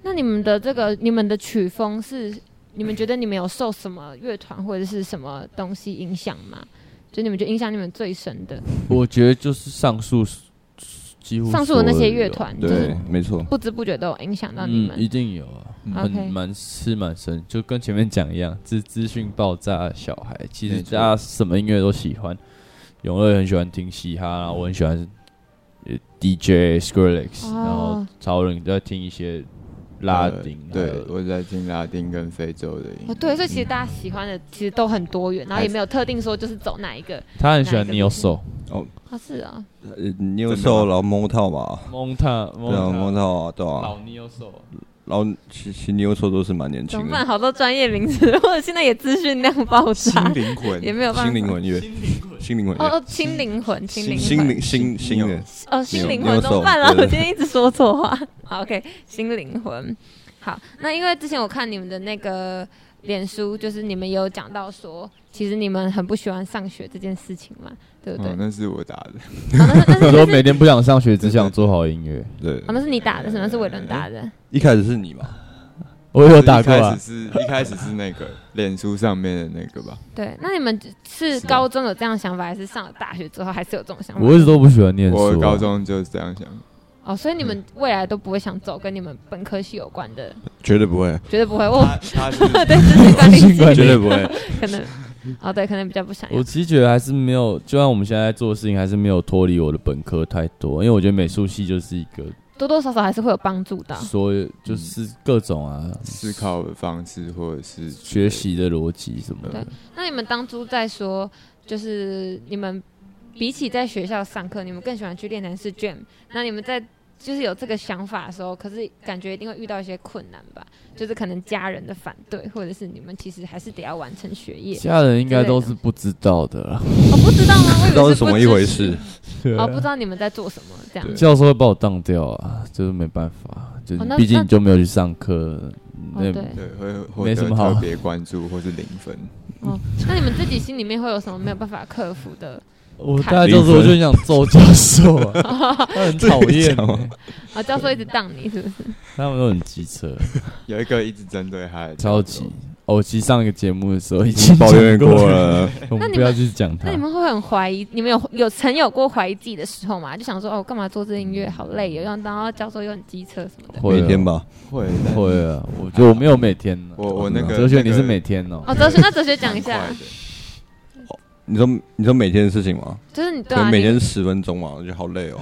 Speaker 3: 那你们的这个你们的曲风是你们觉得你们有受什么乐团或者是什么东西影响吗？就你们觉得影响你们最深的，
Speaker 5: 我觉得就是上述几乎
Speaker 3: 上述的那些乐团，就
Speaker 5: 对
Speaker 3: 是
Speaker 4: 对，没错，
Speaker 3: 不知不觉都有影响
Speaker 5: 所
Speaker 3: 到
Speaker 5: 有
Speaker 3: 你
Speaker 5: 的
Speaker 3: 们。
Speaker 5: 嗯，一定有啊，
Speaker 6: 嗯
Speaker 5: 很
Speaker 3: OK
Speaker 5: 蛮是蛮深，就跟前面讲一样，资资讯爆炸的小孩，其实
Speaker 6: 没错
Speaker 5: 大家什么音乐都喜欢，永乐也很喜欢听嘻哈，然后我很喜欢呃 DJ Skrillex，、
Speaker 3: 哦
Speaker 5: 然后超人在听一些拉丁，啊
Speaker 6: 呃对
Speaker 5: 还有，
Speaker 6: 我在听拉丁跟非洲的音
Speaker 3: 哦，
Speaker 6: 乐。
Speaker 3: 对，所以其实大家喜欢的其实都很多元，然
Speaker 4: 哎
Speaker 3: 后也没有特定说就是走哪一个。
Speaker 5: 他很喜欢
Speaker 3: 哪一个
Speaker 5: Neo
Speaker 3: 不是
Speaker 5: Soul，
Speaker 3: 哦，是啊，
Speaker 4: 呃你有受老蒙套吧？
Speaker 5: 蒙塔
Speaker 4: 对啊，蒙
Speaker 5: 蒙塔
Speaker 4: 套啊，对啊
Speaker 5: 老，Neo Soul，
Speaker 4: 然后其其实你有时候都是蛮年
Speaker 3: 怎
Speaker 4: 轻
Speaker 3: 么办？
Speaker 4: 的，
Speaker 3: 好多专业名词，或者现在也资讯量爆炸
Speaker 6: 新，嗯 灵魂
Speaker 3: 也没有办法。
Speaker 4: 心灵魂乐，心灵魂
Speaker 3: 哦
Speaker 4: 乐，
Speaker 3: 哦，心灵魂，心灵魂，
Speaker 4: 心灵心心的，
Speaker 3: 哦，心灵
Speaker 4: 没
Speaker 3: 魂
Speaker 4: 有
Speaker 3: 怎么办啦？
Speaker 4: 手
Speaker 3: 我
Speaker 4: 对
Speaker 3: 今天一直说错话。好，OK，心灵魂。好，那因为之前我看你们的那个脸书，就是你们有讲到说，其实你们很不喜欢上学这件事情嘛，对不对？
Speaker 6: 哦，
Speaker 4: 嗯
Speaker 6: 那是我打的。
Speaker 3: 哦，那是 那
Speaker 5: 我
Speaker 3: 是
Speaker 5: 说每天不想上学，只想做好音乐。
Speaker 4: 对
Speaker 3: 哦，，那是你打的，什么是伟伦打的？
Speaker 4: 一开始是你吧？
Speaker 5: 我有打过
Speaker 6: 一开
Speaker 5: 啊
Speaker 3: 嗯
Speaker 6: 始，是一开始是那个脸书上面的那个吧？
Speaker 3: 对，那你们是高中有这样的想法，还是上了大学之后还是有这种想法？
Speaker 5: 我一直都不喜欢念书、啊
Speaker 6: 我高中就是这样想，
Speaker 3: 哦，所以你们未来都不会想走跟你们本科系有关的，
Speaker 4: 绝对不会，
Speaker 3: 绝对不会。我
Speaker 6: 他他是
Speaker 3: 对，这是管理系
Speaker 4: 啊绝对不会，
Speaker 3: 可能，哦，对，可能比较不想要
Speaker 5: 我。其实觉得还是没有，就像我们现在在做的事情，还是没有脱离我的本科太多。因为我觉得美术系就是一个
Speaker 3: 多多少少还是会有帮助的啊。
Speaker 5: 所有
Speaker 4: 嗯
Speaker 5: 就是各种啊
Speaker 6: 思考的方式或者是
Speaker 5: 学习的逻辑什么的。
Speaker 3: 那你们当初在说，就是你们比起在学校上课，你们更喜欢去练团式卷。那你们在就是有这个想法的时候，可是感觉一定会遇到一些困难吧？就是可能家人的反对，或者是你们其实还是得要完成学业。
Speaker 5: 家人应该都是不知道的啦，
Speaker 3: 我、哦不知道吗？我以为
Speaker 4: 不知道是什么一回
Speaker 3: 不
Speaker 4: 事
Speaker 3: 支。持。哦，不知道你们在做什么这样。
Speaker 5: 教授会把我当掉啊，就是没办法，就
Speaker 3: 哦那
Speaker 5: 毕竟
Speaker 3: 那
Speaker 5: 你就没有去上课，
Speaker 3: 哦，
Speaker 5: 那
Speaker 3: 对。
Speaker 6: 对会获
Speaker 5: 没
Speaker 6: 得
Speaker 5: 什么好
Speaker 6: 特别关注或是零分。
Speaker 3: 哦，那你们自己心里面会有什么没有办法克服的？
Speaker 5: 我大概就是我就想揍教授 啊，他很讨 厌欸、
Speaker 3: 啊，教授一直当你是不是？
Speaker 5: 他们都很机车，
Speaker 6: 有一个一直针对他的，
Speaker 5: 超级。偶其上一个节目的时候已经
Speaker 4: 哦抱怨
Speaker 5: 讲
Speaker 4: 过，了，
Speaker 5: 我
Speaker 3: 那
Speaker 5: 们
Speaker 3: 你
Speaker 5: 不
Speaker 3: 们
Speaker 5: 要去讲
Speaker 4: 啊
Speaker 5: 它
Speaker 3: 那你。们会很怀疑，你们有有曾有过怀疑自己的时候吗？就想说哦，干嘛做这音乐，好累哦，然后教授又很机车什么的。
Speaker 5: 会啊
Speaker 4: 每天吧，
Speaker 6: 会但
Speaker 5: 会啊，我觉得我没有每天啊
Speaker 6: 我我那个
Speaker 5: 哲学
Speaker 6: 那个
Speaker 5: 你是每天哦，
Speaker 3: 哦，哲学，那哲学讲一
Speaker 6: 蛮
Speaker 3: 下
Speaker 6: 快，的
Speaker 4: 你说你说每天的事情吗？
Speaker 3: 就是你对
Speaker 4: 可
Speaker 3: 啊，
Speaker 4: 能
Speaker 3: 你
Speaker 4: 每天十分钟嘛，我觉得好累哦，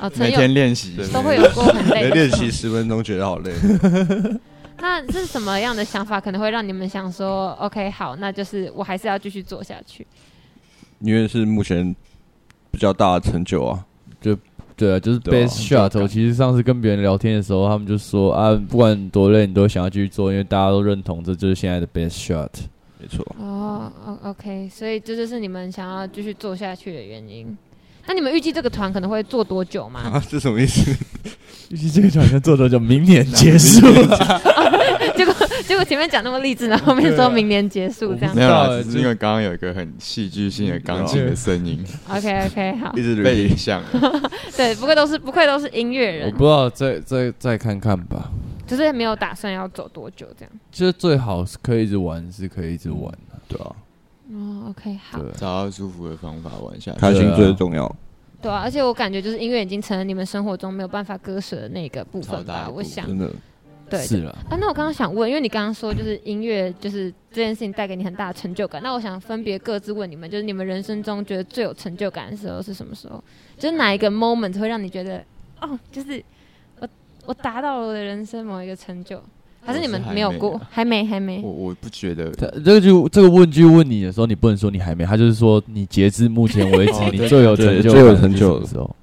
Speaker 3: 哦，曾
Speaker 6: 每
Speaker 3: 有
Speaker 6: 天练习
Speaker 3: 都会有过很 累的
Speaker 4: 练习十分钟觉得 好累。
Speaker 3: 那是什么样的想法可能会让你们想说，OK，好，那就是我还是要继续做下去？
Speaker 4: 因为是目前比较大的成就啊。
Speaker 5: 对啊，就是
Speaker 4: 对啊
Speaker 5: best shot。我其实上次跟别人聊天的时候，他们就说啊，不管多累，你都想要继续做，因为大家都认同这就是现在的 best shot。
Speaker 4: 没错，
Speaker 3: 哦哦，OK，所以这就是你们想要继续做下去的原因。那你们预计这个团可能会做多久吗？
Speaker 4: 啊，这什么意思？
Speaker 5: 预计这个挑战做多久？明年结 束。
Speaker 3: 结果结果前面讲那么励志，然后后面说明年结束这样
Speaker 6: 没。有
Speaker 5: 到
Speaker 6: 啦，
Speaker 5: 了
Speaker 6: 只
Speaker 5: 就是
Speaker 6: 是因为刚刚有一个很戏剧性的钢琴的声音
Speaker 3: OK OK，好
Speaker 4: 一，直
Speaker 6: 被
Speaker 4: repeat
Speaker 6: 影响了，
Speaker 3: 对，不愧都是不愧都是音乐
Speaker 5: 我
Speaker 3: 人
Speaker 6: 嗯
Speaker 5: 不，知道，再再再看看吧。
Speaker 3: 就是没有打算要走多久这样。
Speaker 5: 就是最好是可以一直玩，是可以一直玩啊
Speaker 4: 对啊，
Speaker 3: 哦，OK，好，
Speaker 5: 对啊，
Speaker 6: 找到舒服的方法玩下去。
Speaker 4: 开心
Speaker 5: 对啊
Speaker 4: 最重要。
Speaker 3: 对啊，而且我感觉就是音乐已经成了你们生活中没有办法割舍的那个部分
Speaker 6: 超大
Speaker 3: 吧，
Speaker 6: 一
Speaker 3: 我
Speaker 6: 部分
Speaker 3: 想，
Speaker 4: 真的，
Speaker 3: 对，
Speaker 5: 是啦。
Speaker 3: 啊，那我刚刚想问，因为你刚刚说就是音乐，就是这件事情带给你很大的成就感。那我想分别各自问你们，就是你们人生中觉得最有成就感的时候是什么时候？就是哪一个 moment 会让你觉得，哦，就是我我达到了我的人生某一个成就，还是你们
Speaker 6: 我是还
Speaker 3: 没有
Speaker 6: 没
Speaker 3: 过
Speaker 6: 啊？
Speaker 3: 还没，还没
Speaker 6: 我。我不觉得，
Speaker 5: 他这个就这个问句问你的时候，你不能说你还没，他就是说你截至目前为止
Speaker 6: 哦，
Speaker 5: 你
Speaker 6: 对
Speaker 5: 最有成就感
Speaker 4: 对最有
Speaker 5: 是
Speaker 4: 成就
Speaker 5: 什么时候。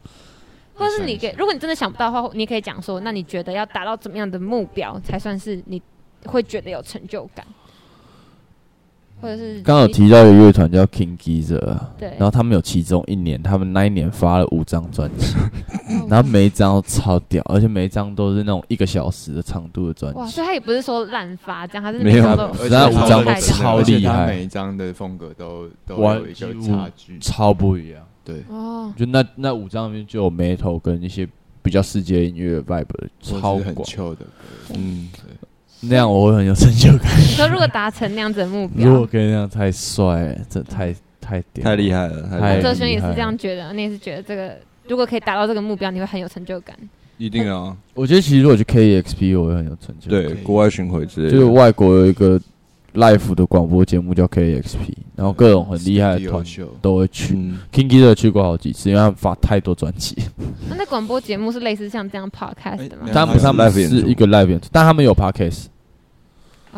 Speaker 3: 或是你给，如果你真的想不到的话，你可以讲说，那你觉得要达到怎么样的目标才算是你会觉得有成就感？或者是
Speaker 5: 刚刚有
Speaker 3: 你
Speaker 5: 提到一个乐团叫 King Gizzard，啊
Speaker 3: 对
Speaker 5: 然后他们有其中一年，他们那一年发了五张专辑，
Speaker 3: 哦
Speaker 5: 然后每一张都超屌，而且每一张都是那种一个小时的长度的专
Speaker 3: 哇，
Speaker 5: 辑
Speaker 3: 所以。他也不是说滥发这样，他是
Speaker 4: 没
Speaker 3: 每
Speaker 4: 有
Speaker 3: 张都
Speaker 6: 而且
Speaker 5: 那
Speaker 6: 他
Speaker 5: 五张
Speaker 6: 的
Speaker 5: 超
Speaker 6: 而且
Speaker 5: 厉
Speaker 6: 他
Speaker 5: 害
Speaker 6: 每一张的风格都都
Speaker 5: 哇
Speaker 6: 有一个
Speaker 5: 几乎
Speaker 6: 差距。
Speaker 5: 超不一样，
Speaker 6: 对，
Speaker 3: 哦，
Speaker 5: 就那那五张里面就有 metal 跟一些比较世界音乐 vibe 的超
Speaker 6: 或是很
Speaker 5: 广，
Speaker 6: chill 的歌，
Speaker 4: 嗯，
Speaker 5: 那样我会很有成就感。
Speaker 3: 可如果达成那样子的目
Speaker 5: 如果
Speaker 3: 标，
Speaker 5: 可以那样，太帅了，这太太屌，
Speaker 4: 太厉害了，太
Speaker 5: 太
Speaker 4: 厉害
Speaker 3: 哲
Speaker 4: 了
Speaker 5: 这
Speaker 3: 轩也是这样觉得，你也是觉得这个如果可以达到这个目标，你会很有成就感。
Speaker 4: 一定啊！
Speaker 5: 我觉得其实我去 KEXP 我会很有成就感，
Speaker 4: 对，国外巡回之类
Speaker 5: 就是
Speaker 4: 的，
Speaker 5: 外国有一个 live 的广播节目叫 KXP，然后各种很厉害的
Speaker 6: Studio
Speaker 5: 团
Speaker 6: show
Speaker 5: 都会去。
Speaker 4: 嗯，
Speaker 5: Kinky 的去过好几次，因为他们发太多专辑，
Speaker 3: 那在广播节目是类似像这样 podcast 的吗
Speaker 6: 哎
Speaker 5: 他们
Speaker 6: 还有
Speaker 5: 他们
Speaker 4: live 演
Speaker 5: 是
Speaker 4: 出
Speaker 5: 一个 live 演出，但他们有 podcast。嗯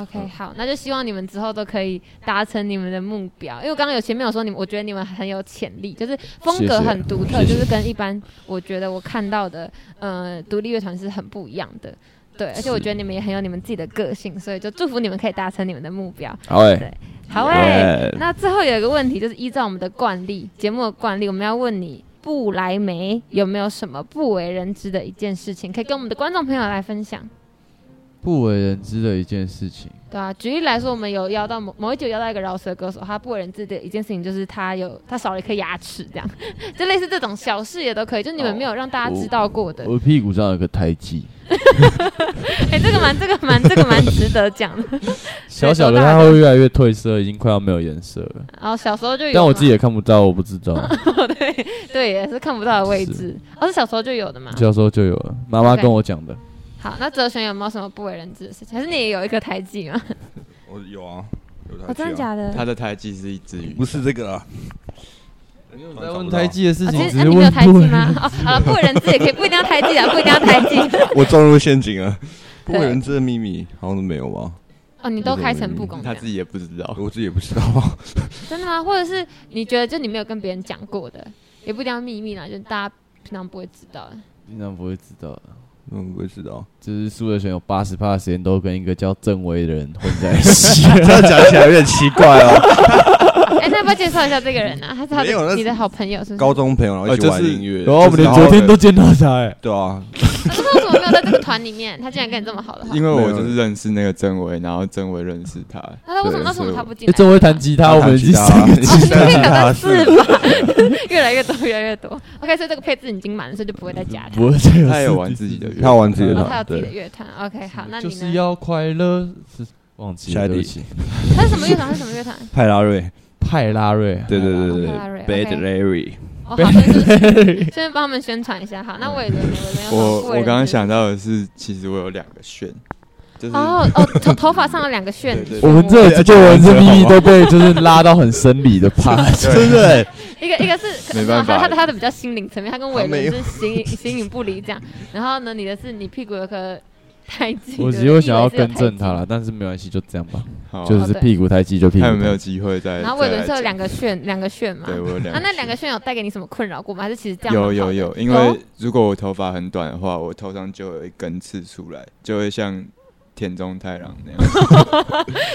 Speaker 3: ？OK，好，那就希望你们之后都可以达成你们的目标。因为我刚刚有前面有说你们，我觉得你们很有潜力，就是风格
Speaker 5: 谢谢
Speaker 3: 很独特，
Speaker 5: 谢谢
Speaker 3: 就是跟一般我觉得我看到的呃独立乐团是很不一样的。对，而且我觉得你们也很有你们自己的个性，所以就祝福你们可以达成你们的目标。
Speaker 5: 好欸诶、
Speaker 3: 对好诶、那最后有一个问题，就是依照我们的惯例，节目的惯例，我们要问你，布莱梅有没有什么不为人知的一件事情，可以跟我们的观众朋友来分享？
Speaker 5: 不为人知的一件事情，
Speaker 3: 对啊，举例来说，我们有邀到某某一集有邀到一个饶舌歌手，他不为人知的一件事情就是他有他少了一颗牙齿，这样， 就类似这种小事也都可以，就你们没有让大家知道过的。
Speaker 5: 我屁股上有个胎记，
Speaker 3: 哎、这个蛮这个蛮这个蛮值得讲的。
Speaker 5: 小小的
Speaker 3: 所以说大
Speaker 5: 它
Speaker 3: 家
Speaker 5: 会越来越褪色，已经快要没有颜色了。
Speaker 3: 然后哦小时候就有嘛，
Speaker 5: 但我自己也看不到，我不 知道，
Speaker 3: 对对也是看不到的位置，哦，是小时候就有的嘛。
Speaker 5: 小时候就有了，妈妈
Speaker 3: OK
Speaker 5: 跟我讲的。
Speaker 3: 好，那哲璇有没有什么不为人知的事情？还是你也有一个台记吗？
Speaker 4: 我有啊，有台
Speaker 3: 哦，真的
Speaker 4: 剧啊
Speaker 3: 假的？
Speaker 6: 他的胎记是一只鱼，
Speaker 4: 不是这个啊，
Speaker 5: 我
Speaker 4: 在问胎
Speaker 5: 记的事
Speaker 3: 啊，其实啊，你没有台记吗？哦，好了，不为人知也可以，不一定要台记啊，不一定要台记。
Speaker 4: 我撞入陷阱了。不
Speaker 3: 对
Speaker 4: 为人知的秘密好像没有吧？
Speaker 3: 哦，你都开诚布公这
Speaker 6: 他
Speaker 3: 样
Speaker 6: 自，己也不知道。
Speaker 4: 我自己也不知道。啊
Speaker 3: 真的吗？或者是你觉得就你没有跟别人讲过的，也不一定要秘密啦，就大家平常不会知道 的。
Speaker 5: 平常不会知道的。 啊
Speaker 4: 嗯，不会知道。
Speaker 5: 就是苏哲璇有八十趴的时间都跟一个叫郑威的人混在一起。
Speaker 4: 这样讲起来有点奇怪哦。
Speaker 3: 哎，那要不要介绍一下这个人啊？ 他是他
Speaker 4: 没有那
Speaker 3: 的
Speaker 4: 是
Speaker 3: 你的好朋友是不是？
Speaker 4: 高 中朋友然后一起
Speaker 6: 呃
Speaker 4: 玩
Speaker 6: 就是
Speaker 4: 音乐，
Speaker 5: 然后我们连昨天都见到他、哎，
Speaker 4: 对啊，
Speaker 3: 可是为什么没有在这个团里面？他竟然跟你这么好的话，
Speaker 6: 因为我就是认识那个郑伟，然后郑伟认识他，
Speaker 3: 啊那他为什么
Speaker 6: 对
Speaker 3: 那时候
Speaker 6: 所以
Speaker 3: 他
Speaker 6: 我
Speaker 3: 不进
Speaker 5: 欸
Speaker 3: 来？
Speaker 5: 郑威弹吉他，
Speaker 4: 啊
Speaker 5: 我们已经三个
Speaker 3: 哦，你可以 有 到四吧， 越来越多，越来越多。OK，所以这个配置已经满了，所以就不会再加他。
Speaker 5: 不会再有
Speaker 6: 他也
Speaker 5: 四
Speaker 6: 玩自己的乐
Speaker 4: 他玩自己
Speaker 3: 然
Speaker 4: 的
Speaker 3: 后他有
Speaker 4: 团，
Speaker 3: 自己的
Speaker 4: 对，
Speaker 3: 乐团。OK，好，那
Speaker 5: 就
Speaker 3: 你
Speaker 5: 是
Speaker 3: 呢？
Speaker 5: 要快乐，是忘记
Speaker 4: 下
Speaker 5: 了
Speaker 4: 一题
Speaker 5: 对不起
Speaker 3: 他是什么乐团？他是什么乐团？
Speaker 4: 派拉瑞，
Speaker 5: 派拉瑞，啊
Speaker 4: 对对对对
Speaker 3: 派拉瑞
Speaker 4: 对
Speaker 3: OK
Speaker 4: ，Bad Larry，
Speaker 3: 哦，好， 就是顺便帮他们宣传一下。好，那韦伦呢，韦伦要帮
Speaker 6: 我
Speaker 3: 贵
Speaker 6: 我
Speaker 3: 人
Speaker 6: 刚刚
Speaker 3: 之
Speaker 6: 想到的是，其实我有两个炫，就是
Speaker 3: 哦哦，头头发上了两个旋
Speaker 6: 对对，
Speaker 5: 我们这
Speaker 6: 对
Speaker 5: 这个文字
Speaker 6: 而且
Speaker 5: 秘
Speaker 6: 我觉得
Speaker 5: 密
Speaker 6: 好
Speaker 5: 都被就是拉到很生理的怕， 真的。
Speaker 3: 一个一个是
Speaker 6: 没办法
Speaker 3: 他他的他的比较心灵层面，他跟伟
Speaker 4: 他没
Speaker 3: 伦
Speaker 4: 有
Speaker 3: 是形 影形影不离这样。然后呢，你的是你屁股有颗胎记，
Speaker 5: 我
Speaker 3: 对
Speaker 5: 只有想要更
Speaker 3: 你以为是
Speaker 5: 正他。
Speaker 3: 有胎
Speaker 5: 了，但是没关系，就这样吧，
Speaker 6: 好啊
Speaker 5: 就是屁股太记就屁股。
Speaker 6: 看有没有？机会再。
Speaker 3: 记然后伟伦
Speaker 6: 再
Speaker 3: 是有
Speaker 6: 来
Speaker 3: 两个旋，两个旋
Speaker 6: 讲
Speaker 3: 嘛。
Speaker 6: 对我有两
Speaker 3: 啊，那两个旋有带给你什么困扰过吗？还是其实这样
Speaker 6: 有
Speaker 3: 蛮好
Speaker 6: 有
Speaker 3: 的哦
Speaker 6: 有，因
Speaker 3: 有
Speaker 6: 为如果我头发很短的话，我头上就有一根刺出来，就会像田中太郎 那样。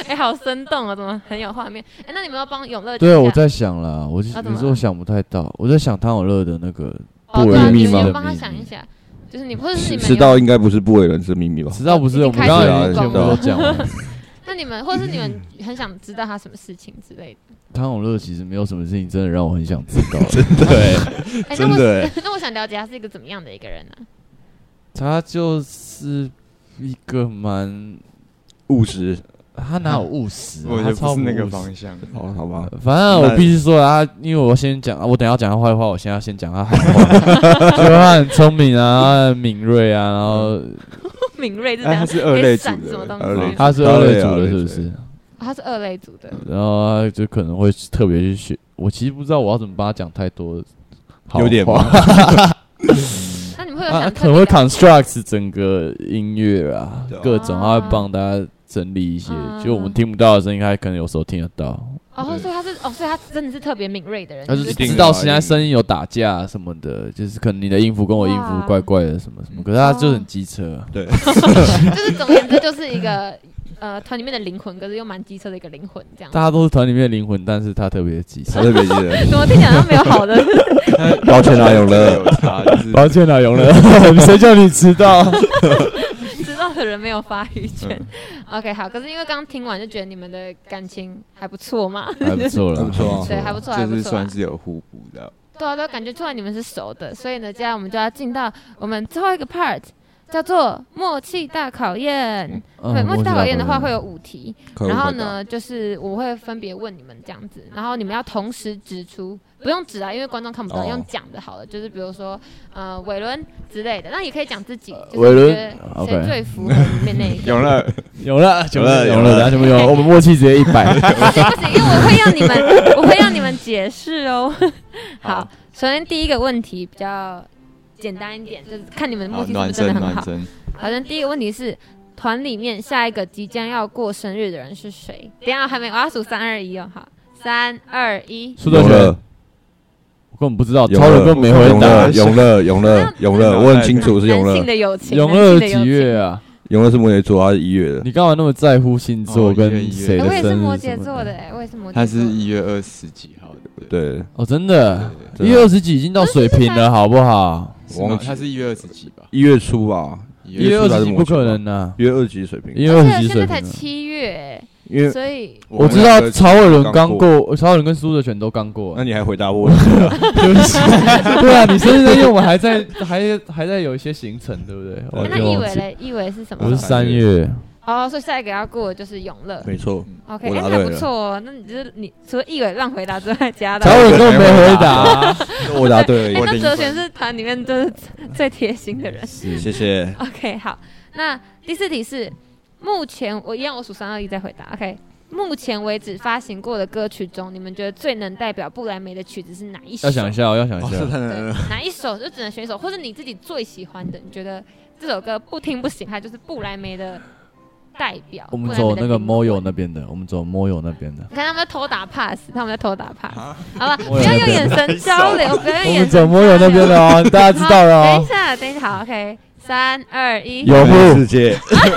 Speaker 3: 哎，好生动哦，怎么很有画面？哎，那你们要帮永乐
Speaker 5: 对，啊
Speaker 3: 讲一
Speaker 5: 我
Speaker 3: 下
Speaker 5: 在想啦，我
Speaker 3: 啊怎
Speaker 5: 有
Speaker 3: 么
Speaker 5: 时
Speaker 3: 了
Speaker 5: 候想不太到，我在想汤有乐的那个
Speaker 3: 哦，
Speaker 5: 不
Speaker 3: 对啊
Speaker 5: 为
Speaker 3: 你
Speaker 5: 秘
Speaker 3: 们
Speaker 5: 密
Speaker 3: 就
Speaker 5: 的
Speaker 3: 帮他
Speaker 5: 秘
Speaker 3: 想一
Speaker 5: 密
Speaker 3: 下，就是你或者是你
Speaker 4: 迟
Speaker 3: 们
Speaker 4: 迟
Speaker 3: 有
Speaker 4: 到应该不是不为人知秘密 吧？
Speaker 5: 迟到不
Speaker 3: 已
Speaker 5: 是
Speaker 3: 经
Speaker 5: 我们
Speaker 3: 开
Speaker 5: 刚
Speaker 3: 始
Speaker 5: 刚已
Speaker 4: 了
Speaker 5: 经全部都讲 完了。
Speaker 3: 那你们，或是你们很想知道他什么事情之类的？
Speaker 5: 汤永乐其实没有什么事情真的让我很想知道。
Speaker 4: 对，
Speaker 3: 哎，那
Speaker 4: 真
Speaker 3: 我
Speaker 4: 的欸，
Speaker 3: 那我想了解他是一个怎么样的一个人呢？啊
Speaker 5: 他就是一个蛮，
Speaker 4: 务实，
Speaker 5: 他哪有务实啊、
Speaker 6: 我
Speaker 5: 他
Speaker 6: 就
Speaker 5: 超哦
Speaker 6: 不是那个
Speaker 5: 务实
Speaker 6: 方向。
Speaker 4: 好好吧，
Speaker 5: 反正我必须说啊，因为我先讲啊，我等一下讲他坏话，我现在要先讲他好话。就他很聪明啊，他很敏锐啊，然后
Speaker 3: 敏锐是怎
Speaker 6: 哎，他
Speaker 3: 样？
Speaker 6: 是二类组
Speaker 3: 闪什么
Speaker 6: 的，
Speaker 3: 东
Speaker 4: 二类
Speaker 3: 西？
Speaker 5: 他是二类组的，是不是？
Speaker 3: 哦他是二类组的，
Speaker 5: 然后他就可能会特别去学。我其实不知道我要怎么帮他讲太多好话，
Speaker 4: 有点吧
Speaker 5: 啊，
Speaker 3: 那你们会有
Speaker 5: 他
Speaker 3: 想
Speaker 5: 啊可能会
Speaker 3: 特
Speaker 5: construct 整个音乐啊
Speaker 4: 对啊，
Speaker 5: 各种，他会帮大家整理一些
Speaker 3: 啊，
Speaker 5: 就我们听不到的声音，他可能有时候听得到。
Speaker 3: 别的哦，所以他是哦，所以他真的是特别敏锐的人，
Speaker 5: 他
Speaker 3: 就
Speaker 5: 就
Speaker 3: 是
Speaker 5: 是
Speaker 4: 一定
Speaker 5: 知
Speaker 4: 的
Speaker 5: 道
Speaker 4: 啊
Speaker 5: 现在声音有打架什么的，就是可能你的音符跟我音
Speaker 3: 哇嗯
Speaker 5: 符怪怪的什么什么，可是他就很机车啊。
Speaker 4: 对，
Speaker 3: 就是总而言之就是一个呃团里面的灵魂，可是又蛮机车的一个灵魂这样
Speaker 5: 大。家都是团里面的灵魂，但是他特别机
Speaker 4: 他
Speaker 5: 车。
Speaker 4: 特别记 得，
Speaker 3: 怎么听起来好像没有好的？
Speaker 4: 抱歉啊，永乐
Speaker 6: 有，差，就是
Speaker 5: 抱歉了，永乐， 谁叫你迟 到？
Speaker 3: 知道的人没有发语权。OK，好，可是因为刚刚听完就觉得你们的感情还不错嘛，
Speaker 5: 还不错了，
Speaker 4: 还不错啊
Speaker 3: 对，还不错，还
Speaker 6: 就
Speaker 3: 不
Speaker 6: 是
Speaker 3: 错啊
Speaker 6: 算。是有互补的。
Speaker 3: 对啊，对啊，感觉突然你们是熟的，所以呢，接下来我们就要进到我们最后一个 part，叫做默契大考验。
Speaker 5: 嗯
Speaker 3: 对，默契大考验的话
Speaker 5: 我
Speaker 3: 会
Speaker 5: 知道
Speaker 3: 有五题，
Speaker 4: 快问
Speaker 3: 然后
Speaker 4: 快答？
Speaker 3: 呢，就是我会分别问你们这样子，然后你们要同时指出，不用指啊，因为观众看不到，
Speaker 4: 哦
Speaker 3: 用讲的好了，就是比如说呃伟伦之类的，那也可以讲自己，就是
Speaker 5: 伟伦
Speaker 3: 你觉得谁
Speaker 5: OK
Speaker 3: 最符合里面那一个。
Speaker 6: 永乐，
Speaker 5: 有了，有了，
Speaker 4: 了
Speaker 5: 有
Speaker 4: 有
Speaker 5: 了，
Speaker 4: 了
Speaker 5: 大家全部有了， 我们默契直接一 百。
Speaker 3: 不行不行，因为我会让你们，我会让你们解释哦。好，首先第一个问题比较简单一点，就是看你们的默
Speaker 6: 好
Speaker 3: 契是不是
Speaker 6: 暖
Speaker 3: 真
Speaker 6: 身
Speaker 3: 的很
Speaker 6: 暖
Speaker 3: 好。
Speaker 6: 身，
Speaker 3: 好像第一个问题是，团里面下一个即将要过生日的人是谁？等一下还没，我要数三二一哦。好，三二一。
Speaker 5: 苏德
Speaker 4: 永
Speaker 5: 权，
Speaker 4: 乐
Speaker 5: 我根本不知道，
Speaker 4: 永
Speaker 5: 超人
Speaker 4: 乐
Speaker 5: 根本没回答。
Speaker 4: 永乐，永乐，永乐，我 很清楚是永
Speaker 3: 男性
Speaker 4: 乐，
Speaker 3: 的友情，
Speaker 5: 永
Speaker 3: 男性
Speaker 5: 乐
Speaker 3: 的友
Speaker 5: 几
Speaker 3: 情
Speaker 5: 月？啊？
Speaker 4: 永乐是摩羯座，他是一月的，
Speaker 5: 你干嘛那么在乎星座
Speaker 6: 哦一月
Speaker 5: 跟
Speaker 6: 一月
Speaker 5: 谁
Speaker 3: 哎
Speaker 5: 的
Speaker 3: 我也
Speaker 5: 生日
Speaker 3: 是
Speaker 5: 什么
Speaker 3: 摩
Speaker 5: 的？
Speaker 3: 羯座的，哎我也是摩羯座。
Speaker 6: 他是一月二十几号的，对
Speaker 4: 对，
Speaker 5: 哦，真的，
Speaker 4: 对啊
Speaker 5: 一月二十几已经到水平
Speaker 3: 嗯
Speaker 5: 了，好不好？
Speaker 6: 是
Speaker 4: 我
Speaker 6: 吗
Speaker 4: 忘记
Speaker 6: 他是一月二十几吧？
Speaker 4: 一月初吧，
Speaker 5: 一月
Speaker 4: 初
Speaker 5: 二
Speaker 4: 才
Speaker 5: 十
Speaker 4: 是
Speaker 5: 几不
Speaker 4: 摩羯吧
Speaker 5: 可能啊呐，
Speaker 4: 一月二十几水平，
Speaker 5: 一月
Speaker 3: 而
Speaker 5: 二
Speaker 3: 且
Speaker 5: 十几
Speaker 3: 现
Speaker 5: 水
Speaker 3: 在才
Speaker 5: 平了。啊
Speaker 3: 七月，
Speaker 4: 因为
Speaker 3: 所以
Speaker 5: 我知道曹伟伦刚过，曹伟伦跟苏德全都刚过
Speaker 4: 那。你还回答我？ 对不起，
Speaker 5: 对啊，你生日那天我们还在， 还还在有一些行程，对不对？
Speaker 4: 我
Speaker 5: 我
Speaker 3: 哎那
Speaker 5: 就
Speaker 3: 一
Speaker 5: 哦忘
Speaker 3: 伟
Speaker 5: 记。
Speaker 3: 嘞，一伟是什么
Speaker 5: 我
Speaker 3: 时
Speaker 5: 是
Speaker 3: 候？
Speaker 5: 三月，
Speaker 3: 哦，所以下一个要过的就是永乐。
Speaker 4: 没错，
Speaker 3: OK，哎、
Speaker 4: 我答
Speaker 3: 那还
Speaker 4: 对
Speaker 3: 不
Speaker 4: 了
Speaker 3: 错哦。那你就是你除了一伟乱回答之外，其他的
Speaker 5: 曹伟伦根本没回答。
Speaker 4: 我答对
Speaker 3: 哎、
Speaker 4: 了，
Speaker 3: 那
Speaker 6: 零
Speaker 3: 哲
Speaker 6: 分
Speaker 3: 璇是团里面就是最最贴心的人。
Speaker 4: 谢谢。
Speaker 3: OK，好，那第四题是目前我一样，我数三二一再回答。OK，目前为止发行过的歌曲中，你们觉得最能代表布莱梅的曲子是哪一首？
Speaker 5: 要想一下哦，要想一下。
Speaker 3: 对，哪一首就只能选一首，或者你自己最喜欢的，你觉得这首歌不听不行，它就是布莱梅的代表。
Speaker 5: 我们
Speaker 3: 布莱梅
Speaker 5: 走
Speaker 3: 的
Speaker 5: 那个
Speaker 3: 灵魂
Speaker 5: Moyo 那边的，我们走 Moyo 那边的。
Speaker 3: 你看他们在偷打 pass，他们在偷打 pass。好了，不
Speaker 5: 我也
Speaker 3: 要用
Speaker 5: 在
Speaker 3: 眼神交流，不要用
Speaker 5: 啊我
Speaker 3: 眼神
Speaker 5: 们
Speaker 3: 交
Speaker 5: 走
Speaker 3: 流。
Speaker 5: Moyo 那边的哦，大家知道了
Speaker 3: 好等一
Speaker 5: 哦。
Speaker 3: 下，等一下，好，OK，三二一。
Speaker 5: 有
Speaker 4: 世
Speaker 5: 户，
Speaker 4: 界，
Speaker 3: 哎